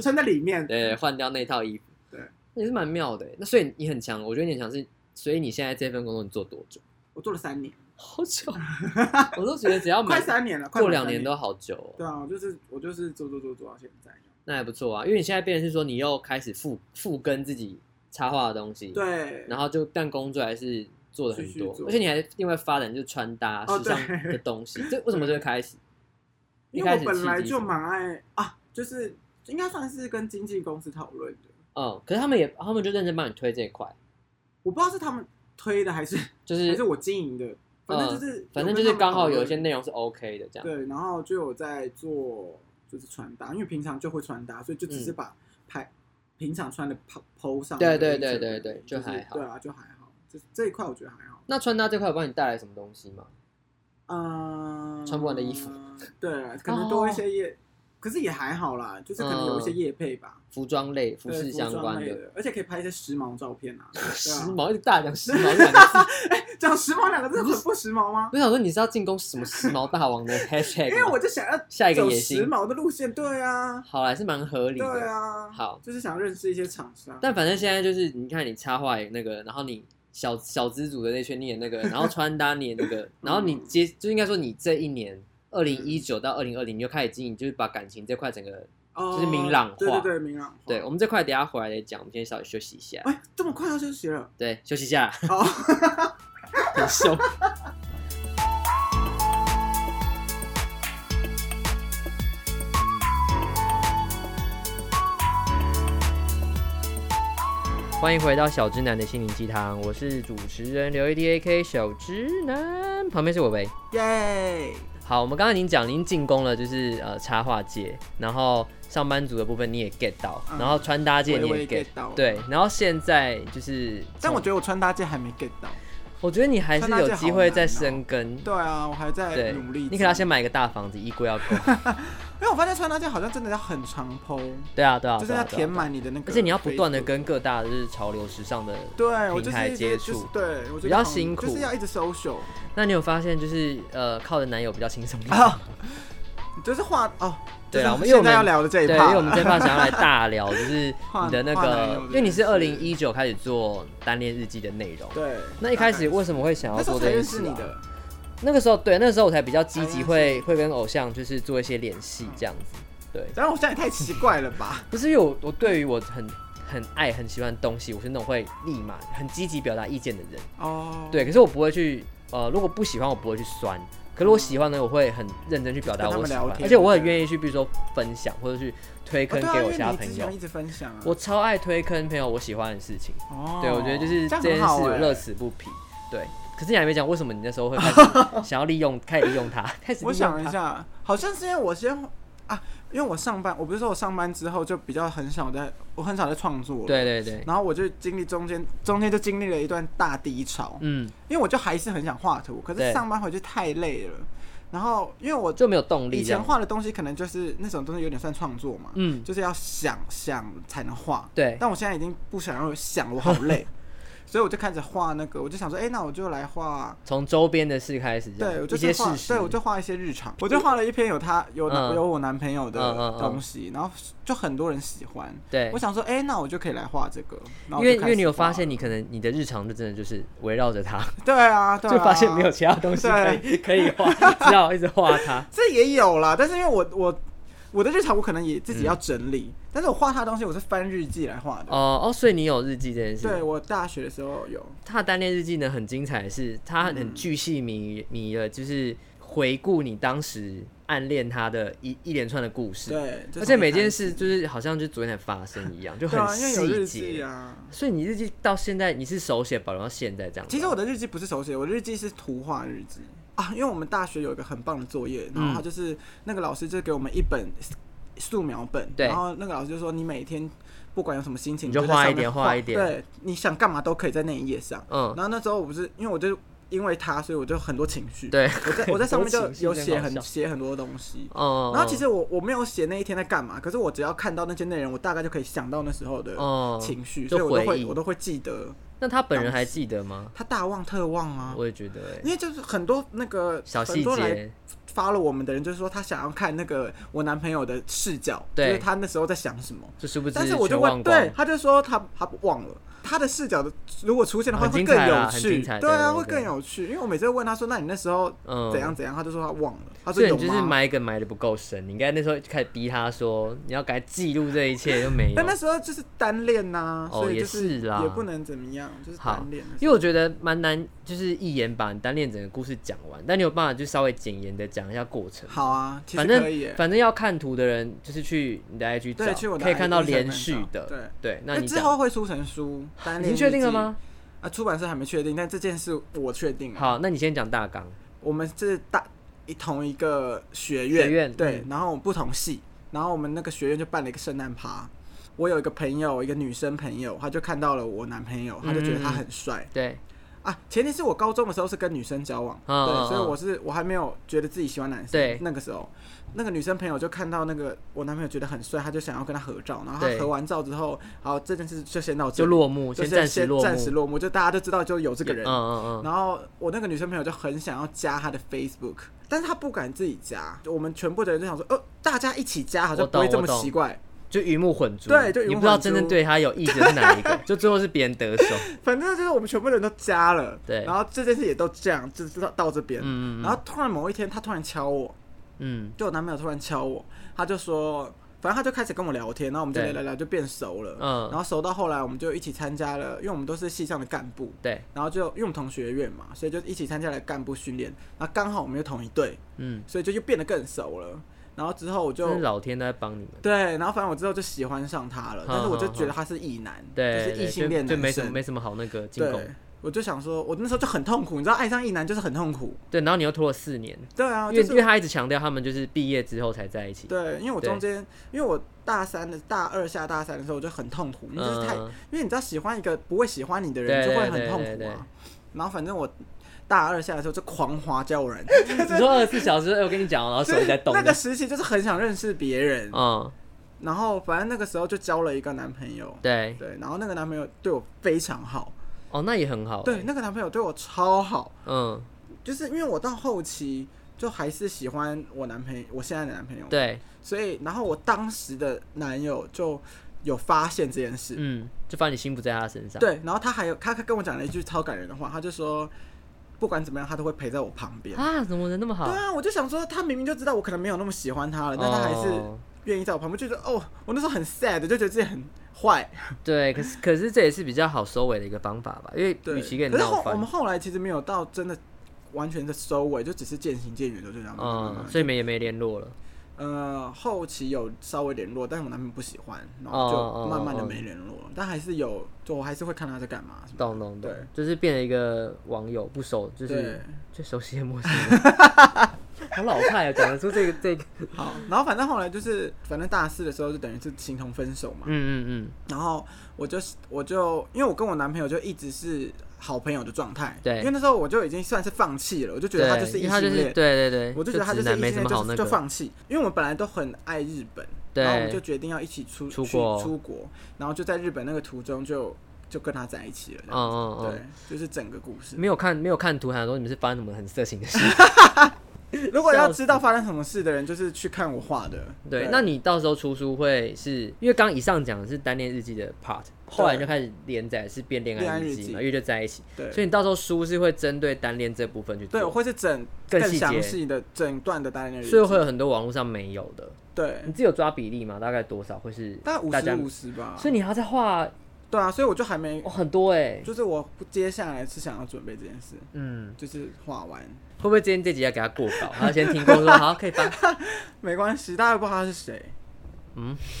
Speaker 2: 穿在里面，
Speaker 1: 对，换掉那套衣服，
Speaker 2: 嗯对，
Speaker 1: 也是蛮妙的。欸那所以你很强，我觉得你很强是，所以你现在这份工作你做多久？
Speaker 2: 我做了三年，
Speaker 1: 好 久，我都觉得只要
Speaker 2: 快
Speaker 1: 满
Speaker 2: 三年了，快
Speaker 1: 过
Speaker 2: 满
Speaker 1: 两
Speaker 2: 三
Speaker 1: 年
Speaker 2: 年
Speaker 1: 都。好久哦、
Speaker 2: 对啊，我就是我就是做做做做到现在。
Speaker 1: 那还不错啊。因为你现在变成是说你又开始复复耕自己插画的东西，，
Speaker 2: 对，
Speaker 1: 然后就但工作还是做的很
Speaker 2: 继续
Speaker 1: 多，
Speaker 2: 做
Speaker 1: 而且你还另外发展就是穿搭、
Speaker 2: 哦
Speaker 1: 时尚
Speaker 2: 对
Speaker 1: 的东 西，这为什么这个开始？
Speaker 2: 因为
Speaker 1: 一
Speaker 2: 我
Speaker 1: 开始
Speaker 2: 本来
Speaker 1: 契机
Speaker 2: 就是蛮爱啊，就是应该算是跟经纪公司讨论的，
Speaker 1: 嗯，可是他们也他们就认真帮你推这一块，
Speaker 2: 我不知道是他们推的还是
Speaker 1: 就
Speaker 2: 还
Speaker 1: 是呃
Speaker 2: 是我经营的，反正就是、
Speaker 1: 反正就是刚好有一些
Speaker 2: 内
Speaker 1: 内容是 OK 的这样。
Speaker 2: 对，然后就有在做就是穿搭，因为平常就会穿搭，所以就只是把拍、平常穿的 po po 上
Speaker 1: 嗯对
Speaker 2: 那个
Speaker 1: 对对
Speaker 2: Instagram
Speaker 1: 对对
Speaker 2: 就
Speaker 1: 就还
Speaker 2: 是
Speaker 1: 好
Speaker 2: 对啊，就还好，这这一块我觉得还好。
Speaker 1: 那穿搭这块有帮你带来什么东西吗？
Speaker 2: 嗯，
Speaker 1: 穿不完的衣服，
Speaker 2: 对啊，可能多一些夜，可是也还好啦，就是可能有一些
Speaker 1: 嗯
Speaker 2: 夜配吧，
Speaker 1: 服装类、服
Speaker 2: 对啊
Speaker 1: 饰
Speaker 2: 服
Speaker 1: 相
Speaker 2: 装
Speaker 1: 关
Speaker 2: 类
Speaker 1: 的。
Speaker 2: 的，而且可以拍一些时髦照片 啊。对
Speaker 1: 时
Speaker 2: 啊，
Speaker 1: 髦，一直大讲时髦这两个字。
Speaker 2: 讲时髦两个字很不时髦吗？
Speaker 1: 我想说你是要进攻什么时髦大王的 hashtag？
Speaker 2: 因为
Speaker 1: 吗
Speaker 2: 我就想要
Speaker 1: 下一个
Speaker 2: 走
Speaker 1: 野
Speaker 2: 时
Speaker 1: 心，
Speaker 2: 髦的路线，对啊，
Speaker 1: 好啦，是蛮合理的。
Speaker 2: 对啊，
Speaker 1: 好，
Speaker 2: 就是想认识一些厂商。
Speaker 1: 但反正现在就是你看你插画也那个，然后你小小资组的那圈你也那个，然后穿搭你也那 个，然后你接就应该说你这一
Speaker 2: 嗯
Speaker 1: 年。二零一九到二零二零，你就开始经营，就是把感情这块整个，
Speaker 2: 哦
Speaker 1: 就是明朗化
Speaker 2: 对对对，明朗化。
Speaker 1: 对我们这块等一下回来再讲，我们先稍微休息一下，
Speaker 2: 哎，这么快要休息了，
Speaker 1: 对，休息一下，
Speaker 2: 好，
Speaker 1: 很凶。欢迎回到小直男的心灵鸡汤，我是主持人刘一 D A K 小直男，旁边是我呗。
Speaker 2: 耶！
Speaker 1: 好，我们刚刚已经讲，您进攻了，就是呃插画界，然后上班族的部分你也 get 到，
Speaker 2: 嗯
Speaker 1: 然后穿搭界
Speaker 2: 微
Speaker 1: 你也
Speaker 2: 微
Speaker 1: get，
Speaker 2: get 到，。
Speaker 1: 对，然后现在就是，
Speaker 2: 但我觉得我穿搭界还没 get 到。
Speaker 1: 我觉得你还是有机会再深耕，
Speaker 2: 哦对啊，我还在
Speaker 1: 对
Speaker 2: 努力。，
Speaker 1: 你可能要先，买一个大房子，衣柜要够，
Speaker 2: 因为我发现穿搭界好像真的要很长剖，
Speaker 1: 对啊，对啊，
Speaker 2: 就是
Speaker 1: 对啊
Speaker 2: 要
Speaker 1: 对啊
Speaker 2: 填满你的那个，
Speaker 1: 而且你要不断的跟各大就是潮流时尚的，
Speaker 2: 对我就
Speaker 1: 平
Speaker 2: 是
Speaker 1: 台
Speaker 2: 一直
Speaker 1: 接
Speaker 2: 就是
Speaker 1: 触
Speaker 2: 对我觉得
Speaker 1: 比较
Speaker 2: 好像
Speaker 1: 辛苦
Speaker 2: 就是要一直 social，
Speaker 1: 那你有发现就是呃靠的男友比较轻松一点，
Speaker 2: 啊就是画哦。
Speaker 1: 对啊
Speaker 2: 就是
Speaker 1: 我们因为我
Speaker 2: 现
Speaker 1: 们
Speaker 2: 在要聊的这一
Speaker 1: 对，
Speaker 2: 趴
Speaker 1: 因
Speaker 2: 了，
Speaker 1: 为我们这趴想要来大聊， 就是你的那
Speaker 2: 换男友
Speaker 1: 个
Speaker 2: 这，
Speaker 1: 因为你是
Speaker 2: 件事
Speaker 1: 二零一九开始做单恋日记的内容，
Speaker 2: 对，
Speaker 1: 那一开始
Speaker 2: 大概
Speaker 1: 为什么会想要
Speaker 2: 那时
Speaker 1: 做
Speaker 2: 候
Speaker 1: 这
Speaker 2: 才
Speaker 1: 件
Speaker 2: 认
Speaker 1: 事、
Speaker 2: 识
Speaker 1: 啊？
Speaker 2: 你的，
Speaker 1: 那个时候，对，那个时候我才比较积极，
Speaker 2: 才
Speaker 1: 会
Speaker 2: 认
Speaker 1: 会跟偶像就是做一些联系这样子。对，
Speaker 2: 然后我现在也太奇怪了 吧？
Speaker 1: 不是因为我我对于我很很爱很喜欢的东西，我是那种会立马很积极表达意见的人。
Speaker 2: 哦，
Speaker 1: 对，可是我不会去呃，如果不喜欢我不会去酸，可是我喜欢呢，我会很认真去表达
Speaker 2: 跟他
Speaker 1: 我
Speaker 2: 们
Speaker 1: 喜
Speaker 2: 聊
Speaker 1: 欢，
Speaker 2: 天
Speaker 1: 而且我很愿意去，比如说分享或者去推
Speaker 2: 哦，
Speaker 1: 坑
Speaker 2: 对啊，
Speaker 1: 给
Speaker 2: 因
Speaker 1: 我
Speaker 2: 为
Speaker 1: 其他
Speaker 2: 你之
Speaker 1: 朋友。
Speaker 2: 前一直分享啊，
Speaker 1: 我超爱推坑朋友我喜欢的事情。
Speaker 2: 哦，
Speaker 1: 对，我觉得就是这
Speaker 2: 这
Speaker 1: 件
Speaker 2: 样
Speaker 1: 事
Speaker 2: 很好
Speaker 1: 我
Speaker 2: 欸
Speaker 1: 乐此不疲。对，可是你还没讲为什么你那时候会开始想要利用，开始利用它， 开始
Speaker 2: 我
Speaker 1: 利用
Speaker 2: 想一
Speaker 1: 它。
Speaker 2: 下，好像是因为我先啊，因为我上班，我不是说我上班之后就比较很少在，我很少在创作了。。
Speaker 1: 对对对，
Speaker 2: 然后我就经历中间，中间就经历了一段大低潮，
Speaker 1: 嗯，
Speaker 2: 因为我就还是很想画图，可
Speaker 1: 对
Speaker 2: 是上班回去太累了。然后因为我
Speaker 1: 就没有动力
Speaker 2: 以
Speaker 1: 这
Speaker 2: 前
Speaker 1: 样。
Speaker 2: 画的东西，可能就是那种东西有点算创作嘛，
Speaker 1: 嗯，
Speaker 2: 就是要想想才能画。
Speaker 1: 对，
Speaker 2: 但我现在已经不想要想，我好累，所以我就开始画那个，我就想说，哎、那我就来画，
Speaker 1: 从周边的事开始，这样
Speaker 2: 对我就
Speaker 1: 一
Speaker 2: 是
Speaker 1: 些
Speaker 2: 画
Speaker 1: 事，实，
Speaker 2: 对我就画一些日常，我就画了一篇有他有男
Speaker 1: 嗯
Speaker 2: 有我男朋友
Speaker 1: 嗯嗯
Speaker 2: 的
Speaker 1: 嗯
Speaker 2: 东西，然后就很多人喜欢。
Speaker 1: 对
Speaker 2: 我，想说，哎、那我就可以来画这个，然后
Speaker 1: 因为
Speaker 2: 我就
Speaker 1: 因
Speaker 2: 开始
Speaker 1: 为你有发
Speaker 2: 画
Speaker 1: 现，你可能你的日常就真的就是围绕着它，
Speaker 2: 对啊，对啊，
Speaker 1: 就发现没有其他东西可以可以画， 只好一直画它。
Speaker 2: 这也有啦，但是因为我我我的日常我可能也自己要整理，但是我画他的东西我是翻日记来画的。
Speaker 1: 嗯哦哦，所以你有日记这件事。
Speaker 2: 对，我大学的时候有，
Speaker 1: 他的单恋日记呢很精彩的是，他
Speaker 2: 嗯
Speaker 1: 很巨细靡靡的，就是回顾你当时暗恋他的一一连串的故事。
Speaker 2: 对，就
Speaker 1: 而且
Speaker 2: 从
Speaker 1: 每
Speaker 2: 一开
Speaker 1: 件
Speaker 2: 始
Speaker 1: 事就是好像就昨天才发生一样，就
Speaker 2: 对啊，
Speaker 1: 很
Speaker 2: 因为有
Speaker 1: 细
Speaker 2: 日记
Speaker 1: 节。
Speaker 2: 啊。
Speaker 1: 所以你日记到现在你是手写保留到现在这样吗。
Speaker 2: 其实我的日记不是手写，我的日记是图画日记啊。因为我们大学有一个很棒的作业，然
Speaker 1: 嗯
Speaker 2: 后他就是、那个老师就给我们一本素描本，
Speaker 1: 对
Speaker 2: 然后那个老师就说你每天不管有什么心情，
Speaker 1: 你就
Speaker 2: 在上
Speaker 1: 画一
Speaker 2: 面
Speaker 1: 点
Speaker 2: 画
Speaker 1: 画一点
Speaker 2: 对，你想干嘛都可以在那一页上。
Speaker 1: 嗯
Speaker 2: 然后那时候我不是因为我就因为他，所以我就很多情绪，，
Speaker 1: 对，
Speaker 2: 我在我在上面就
Speaker 1: 很多情绪
Speaker 2: 有
Speaker 1: 真
Speaker 2: 写
Speaker 1: 好
Speaker 2: 很
Speaker 1: 笑
Speaker 2: 写很多东西。
Speaker 1: 哦，
Speaker 2: 然后其实我我没有写那一天在干嘛，可是我只要看到那些内容，我大概就可以想到那时候的
Speaker 1: 哦
Speaker 2: 情绪，
Speaker 1: 就
Speaker 2: 所以我都
Speaker 1: 回忆
Speaker 2: 会我都会记得。
Speaker 1: 那他本人还记得吗？
Speaker 2: 他大忘特忘啊，
Speaker 1: 我也觉得欸
Speaker 2: 因为就是很多那个
Speaker 1: 小
Speaker 2: 很
Speaker 1: 细
Speaker 2: 多来
Speaker 1: 节，
Speaker 2: 发了我们的人，就是说他想要看那个我男朋友的视角，
Speaker 1: 对
Speaker 2: 就是他那时候在想什么。
Speaker 1: 就殊不知
Speaker 2: 但是我就
Speaker 1: 全
Speaker 2: 问，
Speaker 1: 忘光
Speaker 2: 对，。他就说他他忘了。他的视角的，如果出现的话
Speaker 1: 很
Speaker 2: 会
Speaker 1: 精
Speaker 2: 更
Speaker 1: 彩啦
Speaker 2: 有
Speaker 1: 很
Speaker 2: 趣
Speaker 1: 精，彩
Speaker 2: 对
Speaker 1: 对
Speaker 2: 啊，
Speaker 1: 对
Speaker 2: 会
Speaker 1: 对
Speaker 2: 更有趣。因为我每次问他说：“那你那时候
Speaker 1: 嗯
Speaker 2: 怎样怎样？”他就说他忘了。他说
Speaker 1: 所以
Speaker 2: 有
Speaker 1: 你就是
Speaker 2: 吗？
Speaker 1: 埋梗埋的不够深，你应该那时候就开始逼他说你要赶快记录这一 切，就没有
Speaker 2: 但。那时候就是单恋呐，
Speaker 1: 哦
Speaker 2: 所以就
Speaker 1: 也是啦
Speaker 2: 也不能怎么样，就是
Speaker 1: 好
Speaker 2: 单恋。
Speaker 1: 因为我觉得蛮难，就是一言把你单恋整个故事讲完，但你有办法就稍微简言的讲一下过程。
Speaker 2: 好啊，其实
Speaker 1: 反
Speaker 2: 可
Speaker 1: 正
Speaker 2: 以耶。
Speaker 1: 反正要看图的人，就是去你的 IG
Speaker 2: 对去我
Speaker 1: 找，
Speaker 2: 的
Speaker 1: 可以看到
Speaker 2: IG
Speaker 1: 连续
Speaker 2: 上面找哎
Speaker 1: 的。对，那你
Speaker 2: 之
Speaker 1: 讲
Speaker 2: 后会出成书，
Speaker 1: 已
Speaker 2: 单恋
Speaker 1: 经确
Speaker 2: 日
Speaker 1: 定了
Speaker 2: 记
Speaker 1: 吗？
Speaker 2: 啊，出版社还没确定，但这件事我确定了。
Speaker 1: 好，那你先讲大纲。
Speaker 2: 我们是大一同一个学院，
Speaker 1: 学院嗯
Speaker 2: 对，然后我们不同系，然后我们那个学院就办了一个圣诞趴。我有一个朋友，一个女生朋友，她就看到了我男朋友，她就觉得他很帅、
Speaker 1: 对，
Speaker 2: 啊。前提是我高中的时候是跟女生交往，
Speaker 1: 嗯
Speaker 2: 对，
Speaker 1: 嗯
Speaker 2: 所以
Speaker 1: 嗯
Speaker 2: 我是我还没有觉得自己喜欢男生。
Speaker 1: 对
Speaker 2: 那个时候，那个女生朋友就看到那个我男朋友觉得很帅，她就想要跟他合照，然后她
Speaker 1: 对
Speaker 2: 合完照之后，好，这件事就先到这
Speaker 1: 就
Speaker 2: 里，
Speaker 1: 落幕，
Speaker 2: 就
Speaker 1: 先
Speaker 2: 是
Speaker 1: 暂时落
Speaker 2: 暂时
Speaker 1: 幕。
Speaker 2: 落幕，就大家都知道就有这个人
Speaker 1: 嗯，嗯嗯，
Speaker 2: 然后我那个女生朋友就很想要加她的 Facebook，但是她不敢自己加。我们全部的人就想说，呃，大家一起加好像不会这么奇怪。
Speaker 1: 就鱼目混珠。
Speaker 2: 对就鱼目
Speaker 1: 你不知道
Speaker 2: 混珠
Speaker 1: 真正对他有意思的是哪 一个，就最后是别人得手。
Speaker 2: 反正就是我们全部人都加了，
Speaker 1: 对
Speaker 2: 然后这件事也都这样，就是到到这边。
Speaker 1: 嗯嗯嗯
Speaker 2: 然后突然某一天，她突然敲我，
Speaker 1: 嗯，
Speaker 2: 就我男朋友突然敲我，他就说，反正他就开始跟我聊天，然后我们就
Speaker 1: 对
Speaker 2: 聊聊聊就变熟了。
Speaker 1: 嗯
Speaker 2: 然后熟到后来，我们就一起参加了，因为我们都是系上的干部，
Speaker 1: 对，
Speaker 2: 然后就因为我们同学院嘛，所以就一起参加了干部训练。然后刚好我们又同一队，
Speaker 1: 嗯，
Speaker 2: 所以就又变得更熟了。然后之后我就
Speaker 1: 真是老天都在帮你们。
Speaker 2: 对，然后反正我之后就喜欢上他了，
Speaker 1: 哼
Speaker 2: 但是我就
Speaker 1: 哼
Speaker 2: 觉得他是异男，
Speaker 1: 对，
Speaker 2: 就是
Speaker 1: 对
Speaker 2: 异性恋
Speaker 1: 就就没
Speaker 2: 男
Speaker 1: 什么
Speaker 2: 生
Speaker 1: 没。什么好那个进攻
Speaker 2: 对。，我就想说，我那时候就很痛苦，你知道，爱上异男就是很痛苦。
Speaker 1: 对，然后你又拖了四年，
Speaker 2: 对啊，
Speaker 1: 因
Speaker 2: 就
Speaker 1: 为
Speaker 2: 是
Speaker 1: 因为他一直强调他们就是毕业之后才在一起。
Speaker 2: 对，因为我
Speaker 1: 对
Speaker 2: 中间，因为我大三的大二下大三的时候，我就很痛苦，那就是太，
Speaker 1: 嗯
Speaker 2: 因为你知道，喜欢一个不会喜欢你的人，
Speaker 1: 对
Speaker 2: 就会
Speaker 1: 对
Speaker 2: 很
Speaker 1: 对
Speaker 2: 痛
Speaker 1: 对
Speaker 2: 苦
Speaker 1: 对
Speaker 2: 啊。然后反正我大二下的时候就狂滑交友 软件，
Speaker 1: 你说二十四小时，哎我跟你讲哦，然后手
Speaker 2: 所
Speaker 1: 机
Speaker 2: 以
Speaker 1: 在动
Speaker 2: 那。个时期就是很想认识别人，
Speaker 1: 嗯，
Speaker 2: 然后反正那个时候就交了一个男朋友，
Speaker 1: 对，
Speaker 2: 对，然后那个男朋友对我非常好，
Speaker 1: 哦，那也很好。
Speaker 2: 对，，那个男朋友对我超好，
Speaker 1: 嗯，
Speaker 2: 就是因为我到后期就还是喜欢我男朋友，我现在的男朋友，
Speaker 1: 对，
Speaker 2: 所以然后我当时的男友就有发现这件事，
Speaker 1: 嗯，就发现你心不在他身上。，
Speaker 2: 对，然后他还有他跟我讲了一句超感人的话，他就说不管怎么样，他都会陪在我旁边。
Speaker 1: 啊，怎么人那么好
Speaker 2: 对？啊，我就想说，他明明就知道我可能没有那么喜欢他了，但他还是
Speaker 1: 哦
Speaker 2: 愿意在我旁边，就觉得哦，我那时候很 sad，就觉得自己很坏。
Speaker 1: 对，可是可是这也是比较好收尾的一个方法吧，因为
Speaker 2: 对，
Speaker 1: 与其跟你
Speaker 2: 可是
Speaker 1: 闹
Speaker 2: 后我
Speaker 1: 翻
Speaker 2: 们，后来其实没有到真的完全的收尾，就只是渐行渐远，就这样。
Speaker 1: 嗯，所以没也没联络了。
Speaker 2: 呃，后期有稍微联络，但是我男朋友不喜欢，然
Speaker 1: 哦
Speaker 2: 后
Speaker 1: 哦
Speaker 2: 就慢慢的
Speaker 1: 哦
Speaker 2: 没联络，但还是有，就我还是会看他在干嘛什么的。
Speaker 1: 懂懂懂
Speaker 2: 对，
Speaker 1: 就是变了一个网友不熟，就是
Speaker 2: 对，
Speaker 1: 最熟悉的陌生人。好老派啊，讲得出这个 这个，
Speaker 2: 好，然后反正后来就是，反正大四的时候就等于是形同分手嘛。
Speaker 1: 嗯嗯
Speaker 2: 然后我就是我就因为我跟我男朋友就一直是好朋友的状态，
Speaker 1: 对
Speaker 2: 因为那时候我就已经算是放弃了，我就觉
Speaker 1: 嗯，
Speaker 2: 得他就是
Speaker 1: 因
Speaker 2: 异
Speaker 1: 为他就
Speaker 2: 性
Speaker 1: 是
Speaker 2: 恋
Speaker 1: 对，对对，
Speaker 2: 我就觉得他
Speaker 1: 直
Speaker 2: 是异
Speaker 1: 男
Speaker 2: 性
Speaker 1: 没什
Speaker 2: 恋，
Speaker 1: 么好
Speaker 2: 就
Speaker 1: 那
Speaker 2: 是
Speaker 1: 个
Speaker 2: 就。放弃，因为我们本来都很爱日本，然后我们
Speaker 1: 对，
Speaker 2: 就决定要一起出
Speaker 1: 出
Speaker 2: 去
Speaker 1: 国
Speaker 2: 出国，然后就在日本那个途中就就跟他在一起了。这
Speaker 1: 嗯
Speaker 2: 样
Speaker 1: 嗯嗯，
Speaker 2: 对，就是整个故事。
Speaker 1: 没有看没有看图还说你们是发生什么很色情的事？嗯
Speaker 2: 如果要知道发生什么事的人，就是去看我画的。
Speaker 1: 对，那你到时候出书会是因为刚以上讲的是单恋日记的 part，后来就开始连载是变恋爱日记
Speaker 2: 恋爱日记
Speaker 1: 嘛，因为就在一起，
Speaker 2: 对
Speaker 1: 所以你到时候书是会针对单恋这部分去
Speaker 2: 对，
Speaker 1: 做，
Speaker 2: 我会是整
Speaker 1: 更细节
Speaker 2: 详细的整段的单人日记
Speaker 1: 所以会有很多网络上没有的。
Speaker 2: 对，
Speaker 1: 你自己有抓比例吗？大概多少会是
Speaker 2: 大概五
Speaker 1: 大家
Speaker 2: 十？五十吧。
Speaker 1: 所以你还要再画、
Speaker 2: 对啊，所以我就还没，
Speaker 1: 哦、很多哎、
Speaker 2: 就是我接下来是想要准备这件事，
Speaker 1: 嗯，
Speaker 2: 就是画完
Speaker 1: 会不会今天这集要给他过稿？他先听过 说好可以发，
Speaker 2: 没关系，大家不知道他是谁。
Speaker 1: 嗯，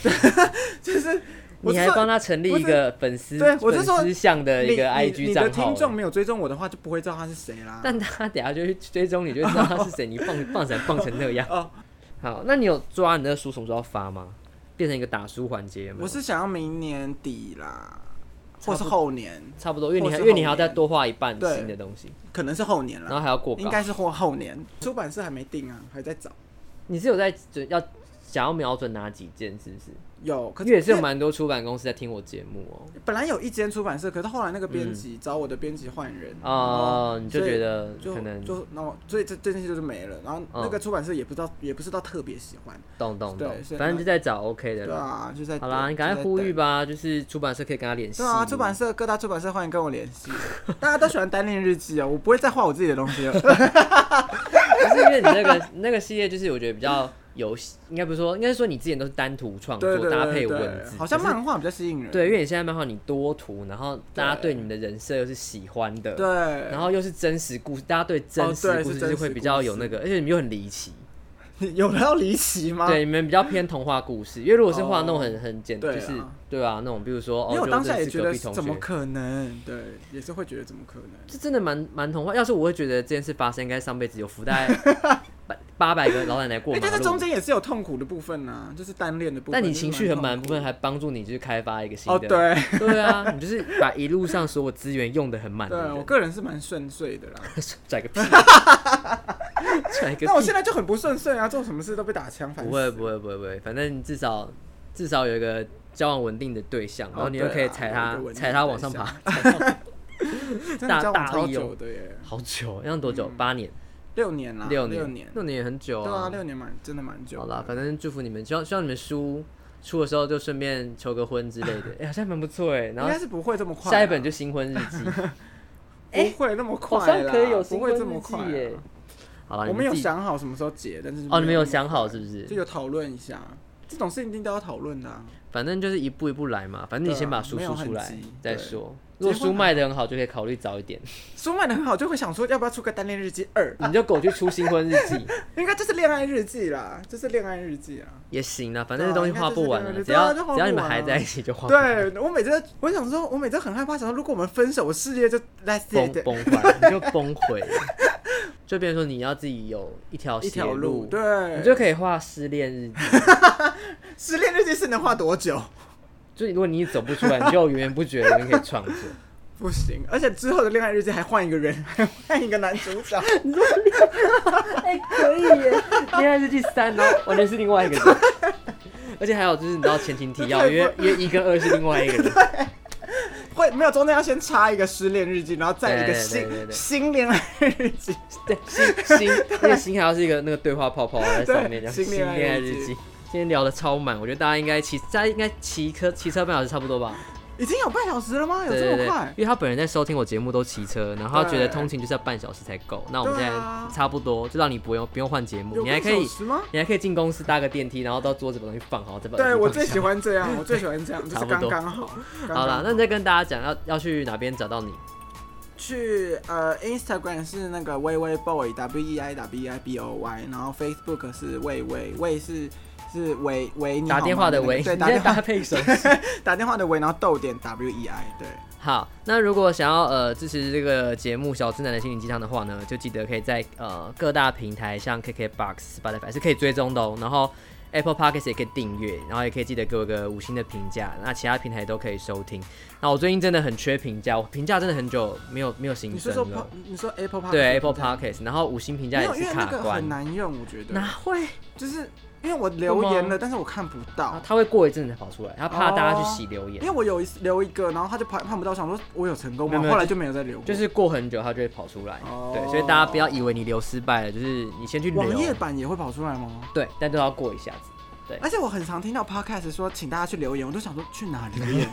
Speaker 2: 就是我
Speaker 1: 你还
Speaker 2: 说
Speaker 1: 帮他成立一个粉丝
Speaker 2: 对我是说
Speaker 1: 粉丝向的一个
Speaker 2: 你你
Speaker 1: IG
Speaker 2: 你
Speaker 1: 账
Speaker 2: 的
Speaker 1: 号
Speaker 2: 听众
Speaker 1: 欸。
Speaker 2: 没有追踪我的话，就不会知道他是谁啦。
Speaker 1: 但他等下就去追踪你，就知道他是谁。你放放闪放成那样。
Speaker 2: 哦，
Speaker 1: 好，那你有抓你的书什么时候要发吗？变成一个打书环节有没有
Speaker 2: 我是想要明年底啦，
Speaker 1: 差不多
Speaker 2: 或是后年，
Speaker 1: 差不多，因为你还
Speaker 2: 或
Speaker 1: 因
Speaker 2: 是
Speaker 1: 为你还要
Speaker 2: 后年
Speaker 1: 再多画一半
Speaker 2: 对
Speaker 1: 新的东西，
Speaker 2: 可能是后年
Speaker 1: 然后
Speaker 2: 啦，
Speaker 1: 还要过稿
Speaker 2: 应。该是后后年。出版社还没定啊，还在找。
Speaker 1: 你是有在准要想要瞄准哪几件，是不是？
Speaker 2: 有，可
Speaker 1: 因
Speaker 2: 是
Speaker 1: 为也是有
Speaker 2: 因为
Speaker 1: 蛮多出版公司在听我节目哦、
Speaker 2: 本来有一间出版社，可是后来那个编辑找我的编辑换人
Speaker 1: 啊、嗯你就觉得
Speaker 2: 哦就
Speaker 1: 可能嗯
Speaker 2: 就那我所以这这件事就是没了，然后那个出版社也不知道也不是到特别喜欢，
Speaker 1: 懂懂懂
Speaker 2: 对，所以
Speaker 1: 反正就在找 OK 的
Speaker 2: 对
Speaker 1: 啦。
Speaker 2: 啊，就在
Speaker 1: 好啦，
Speaker 2: 等
Speaker 1: 你赶快呼吁。
Speaker 2: 就在等
Speaker 1: 吧，就是出版社可以跟他联系。
Speaker 2: 对啊，出版社各大出版社欢迎跟我联系， 大家都喜欢单恋日记啊，我不会再画我自己的东 西了。
Speaker 1: 可是因为你那个 那个系列，就是我觉得比较有，应该不是说，应该是说你之前都是单图创
Speaker 2: 对
Speaker 1: 作
Speaker 2: 对
Speaker 1: 搭
Speaker 2: 对
Speaker 1: 配文
Speaker 2: 对，
Speaker 1: 字，
Speaker 2: 好像
Speaker 1: 可是
Speaker 2: 漫画比较吸引人。
Speaker 1: 对，因为你现在漫画你多图，然后大家对
Speaker 2: 对
Speaker 1: 你的人设又是喜欢的，
Speaker 2: 对，
Speaker 1: 然
Speaker 2: 后
Speaker 1: 后又是真实故事，大家对真
Speaker 2: 哦
Speaker 1: 实
Speaker 2: 对是
Speaker 1: 故事
Speaker 2: 真
Speaker 1: 是
Speaker 2: 实
Speaker 1: 会比
Speaker 2: 故
Speaker 1: 较有
Speaker 2: 事
Speaker 1: 那个，而且你们又很离奇，
Speaker 2: 有人要离奇吗？
Speaker 1: 对，你们比较偏童话故事，因为如果是画那种很很简，就
Speaker 2: 对啊
Speaker 1: 是对啊，那种比如说哦，
Speaker 2: 因为我
Speaker 1: 就
Speaker 2: 当下
Speaker 1: 这
Speaker 2: 也
Speaker 1: 是
Speaker 2: 觉
Speaker 1: 隔
Speaker 2: 得
Speaker 1: 壁同
Speaker 2: 怎么
Speaker 1: 学
Speaker 2: 可能？对，也是会觉得怎么可能？
Speaker 1: 这真的蛮蛮童话。要是我会觉得这件事发生，应该上辈子有福袋 八八百个老奶奶过
Speaker 2: 哎、
Speaker 1: 马
Speaker 2: 但是中
Speaker 1: 路。
Speaker 2: 间也是有痛苦的部分啊，就是单恋的部分。
Speaker 1: 但你
Speaker 2: 就是
Speaker 1: 情绪很满的
Speaker 2: 痛
Speaker 1: 部
Speaker 2: 苦
Speaker 1: 分还帮助你，就是开发一个新
Speaker 2: 哦，
Speaker 1: 的，
Speaker 2: 对
Speaker 1: 对啊，你就是把一路上所有资源用的很满的
Speaker 2: 对，我
Speaker 1: 人，
Speaker 2: 个人是蛮顺遂的啦。
Speaker 1: 拽个 屁，拽个
Speaker 2: 但我
Speaker 1: 屁
Speaker 2: 现，在就很不顺遂啊，做什么事都被打枪，反
Speaker 1: 不会不会不会不会，反正你至少至少有一个交往稳定的对象，然后你又
Speaker 2: 啊
Speaker 1: 可以踩他、踩他往上爬，，
Speaker 2: 哦对啊有一个稳定的对象真
Speaker 1: 大
Speaker 2: 的交往
Speaker 1: 大
Speaker 2: 超
Speaker 1: 力哦
Speaker 2: 久的耶，
Speaker 1: 好久，要多久？八年、
Speaker 2: 六年啦，
Speaker 1: 六
Speaker 2: 年，
Speaker 1: 年、
Speaker 2: 嗯六年，
Speaker 1: 六年也很久
Speaker 2: 对啊，六年蛮真的蛮久的。
Speaker 1: 好啦，反正祝福你们，希望希望你们书出的时候就顺便求个婚之类 的，哎、好像蛮不错哎。然
Speaker 2: 应该
Speaker 1: 后
Speaker 2: 是不会这么快啊，哎
Speaker 1: 下一本就新婚日记，
Speaker 2: 不会那么快
Speaker 1: 好像
Speaker 2: 啦
Speaker 1: 可以有
Speaker 2: 不
Speaker 1: 新
Speaker 2: 会
Speaker 1: 婚
Speaker 2: 这么
Speaker 1: 日记
Speaker 2: 快啊。
Speaker 1: 耶。好了，啊
Speaker 2: 我
Speaker 1: 你
Speaker 2: 们有
Speaker 1: 自己
Speaker 2: 想好什么时候结，但是
Speaker 1: 哦，你们有
Speaker 2: 那么
Speaker 1: 想好
Speaker 2: 快
Speaker 1: 是不是
Speaker 2: 就？有讨论一下，这种事情一定都要讨论的啊。
Speaker 1: 反正就是一步一步来嘛，反正你
Speaker 2: 对啊
Speaker 1: 先把书
Speaker 2: 没有
Speaker 1: 出
Speaker 2: 很
Speaker 1: 出来
Speaker 2: 急
Speaker 1: 再
Speaker 2: 对
Speaker 1: 说。如果
Speaker 2: 结婚
Speaker 1: 书
Speaker 2: 还
Speaker 1: 卖的很好，就可以考虑早一 点。
Speaker 2: 书卖的很好，就会想说要不要出个单恋日记二，
Speaker 1: 你就狗去出新婚日记
Speaker 2: 应该就是恋爱日记啦，就是恋爱日记啊。
Speaker 1: 也行啊，反正这东西画不完
Speaker 2: 对啊
Speaker 1: 了，
Speaker 2: 应该就是
Speaker 1: 只要
Speaker 2: 这样就画不完啊
Speaker 1: 只要你们还在一起就画不完。
Speaker 2: 对我每次，我想说，我每次很害怕，想说如果我们分手，我事业就 that's
Speaker 1: 崩
Speaker 2: it，
Speaker 1: 崩坏，你就崩毁了，就变成说你要自己有一条
Speaker 2: 一
Speaker 1: 血
Speaker 2: 条路。
Speaker 1: 你就
Speaker 2: 对，
Speaker 1: 可以画失恋日记。
Speaker 2: 失恋日记是能画多久？
Speaker 1: 就如果你走不出来，你就源源不绝的可以创作。
Speaker 2: 不行，而且之后的恋爱日记还换一个人，还换一个男主角，
Speaker 1: 哎、可以耶！恋爱日记三哦，完全是另外一个人。而且还有就是，你知道前情提要，因为因为一跟二是另外一个人，
Speaker 2: 会没有中间要先插一个失恋日记，然后再一个
Speaker 1: 对对
Speaker 2: 新
Speaker 1: 对对对
Speaker 2: 新恋爱日记。
Speaker 1: 对，心心，因为心还要是一个那个对话泡泡在上面，这样
Speaker 2: 对
Speaker 1: 新
Speaker 2: 心恋爱
Speaker 1: 恋爱
Speaker 2: 日
Speaker 1: 日记
Speaker 2: 记。
Speaker 1: 今天聊的超满，我觉得大家应该骑，大家应该骑车骑车半小时差不多吧？
Speaker 2: 已经有半小时了吗？有
Speaker 1: 对
Speaker 2: 这
Speaker 1: 对
Speaker 2: 么
Speaker 1: 对，
Speaker 2: 快
Speaker 1: 因？为他本人在收听我节目都骑车，然后他觉得
Speaker 2: 对
Speaker 1: 通勤就是要半小时才够。那我们现
Speaker 2: 对
Speaker 1: 在
Speaker 2: 啊
Speaker 1: 差不多，就让你不用不用换节目，
Speaker 2: 有
Speaker 1: 你还
Speaker 2: 半
Speaker 1: 可以
Speaker 2: 小时吗？
Speaker 1: 你还可以进公司搭个电梯，然后到桌子把东西放好，再把
Speaker 2: 对我
Speaker 1: 东
Speaker 2: 最
Speaker 1: 西
Speaker 2: 喜欢 这样，我最喜欢这样，就
Speaker 1: 差
Speaker 2: 是
Speaker 1: 不
Speaker 2: 刚
Speaker 1: 多
Speaker 2: 刚好。
Speaker 1: 放
Speaker 2: 刚刚
Speaker 1: 好啦，那
Speaker 2: 好
Speaker 1: 你再跟大家讲要要去哪边找到你？
Speaker 2: 去呃，Instagram 是那个微微 boy w e i w e i b o y，然后 Facebook 是魏魏魏是是维维你
Speaker 1: 打
Speaker 2: 好吗
Speaker 1: 电话的喂，
Speaker 2: 那
Speaker 1: 你现
Speaker 2: 个对，打
Speaker 1: 在
Speaker 2: 电
Speaker 1: 搭
Speaker 2: 话
Speaker 1: 配手机。
Speaker 2: 打电话的维，然后逗点 w e i，对，
Speaker 1: 好，那如果想要呃支持这个节目《小资男的心灵鸡汤》的话呢，就记得可以在呃各大平台，像 KKBox、Spotify 是可以追踪的哦。然后 Apple Podcast 也可以订阅，然后也可以记得给我个五星的评价。那其他平台都可以收听。那我最近真的很缺评价，我评价真的很久没有没有新
Speaker 2: 你是
Speaker 1: 增
Speaker 2: 说
Speaker 1: 了
Speaker 2: po-。你说 Apple Park
Speaker 1: 对 Apple Podcast，然后五星评价
Speaker 2: 没
Speaker 1: 也
Speaker 2: 有，因
Speaker 1: 是
Speaker 2: 为
Speaker 1: 卡
Speaker 2: 那个
Speaker 1: 关
Speaker 2: 很。难用，我觉得
Speaker 1: 哪会？
Speaker 2: 就是因为我留言
Speaker 1: 是吗
Speaker 2: 了，但是我看不到
Speaker 1: 啊。他会过一阵子才跑出来，他
Speaker 2: 哦
Speaker 1: 怕大家去洗留言
Speaker 2: 因为，我有一次留一个，然后他就判判不到，想说我有成功
Speaker 1: 没有
Speaker 2: 吗？
Speaker 1: 没有
Speaker 2: 后来就没有再留过。
Speaker 1: 就是过很久他就会跑出来。
Speaker 2: 哦
Speaker 1: 对，所以大家不要以为你留失败了，就是你先去留
Speaker 2: 网。页版也会跑出来吗？
Speaker 1: 对，但都要过一下子。对
Speaker 2: 而且我很常听到 podcast 说请大家去留言，我都想说去哪 留言？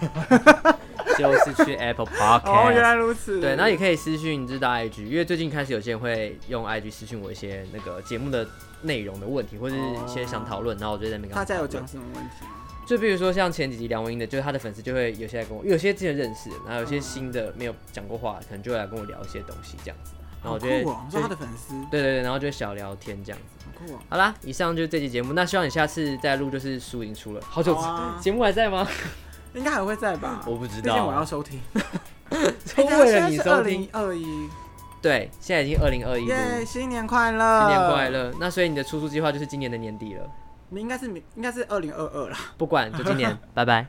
Speaker 1: 就是去 Apple
Speaker 2: 哦，原来
Speaker 1: Podcast。
Speaker 2: 如此。
Speaker 1: 对，那也可以私讯知道 IG，因为最近开始有些人会用 IG 私讯我一些那个节目的内容的问题，或是一些想讨论，然后我就在那边跟
Speaker 2: 哦大
Speaker 1: 他
Speaker 2: 家有
Speaker 1: 讨论
Speaker 2: 讲什么问题吗？
Speaker 1: 就比如说像前几集梁文音的，就是他的粉丝就会有些来跟我，有些之前认识，然后有
Speaker 2: 哦
Speaker 1: 些新的没有讲过话，可能就会来跟我聊一些东西这样子，然后
Speaker 2: 好
Speaker 1: 我
Speaker 2: 酷
Speaker 1: 觉得、
Speaker 2: 哦！你说他的粉丝，
Speaker 1: 对对对，然后就小聊天这样子。
Speaker 2: 好酷哦！
Speaker 1: 好啦，以上就是这期节目，那希望你下次再录就是输赢输了，好久
Speaker 2: 好啊
Speaker 1: 节、目还在吗？
Speaker 2: 应该还会在吧？
Speaker 1: 我不知道啊
Speaker 2: 毕竟我要哎收听。
Speaker 1: 为了你收
Speaker 2: 二
Speaker 1: 听
Speaker 2: 零，二一，
Speaker 1: 对，现在已经二零二一
Speaker 2: 耶！
Speaker 1: 了，
Speaker 2: 新年快乐！
Speaker 1: 新年快！乐。那所以你的出书计划就是今年的年底了，
Speaker 2: 你应该是明应该是二零二二啦。
Speaker 1: 不管就今年，拜拜。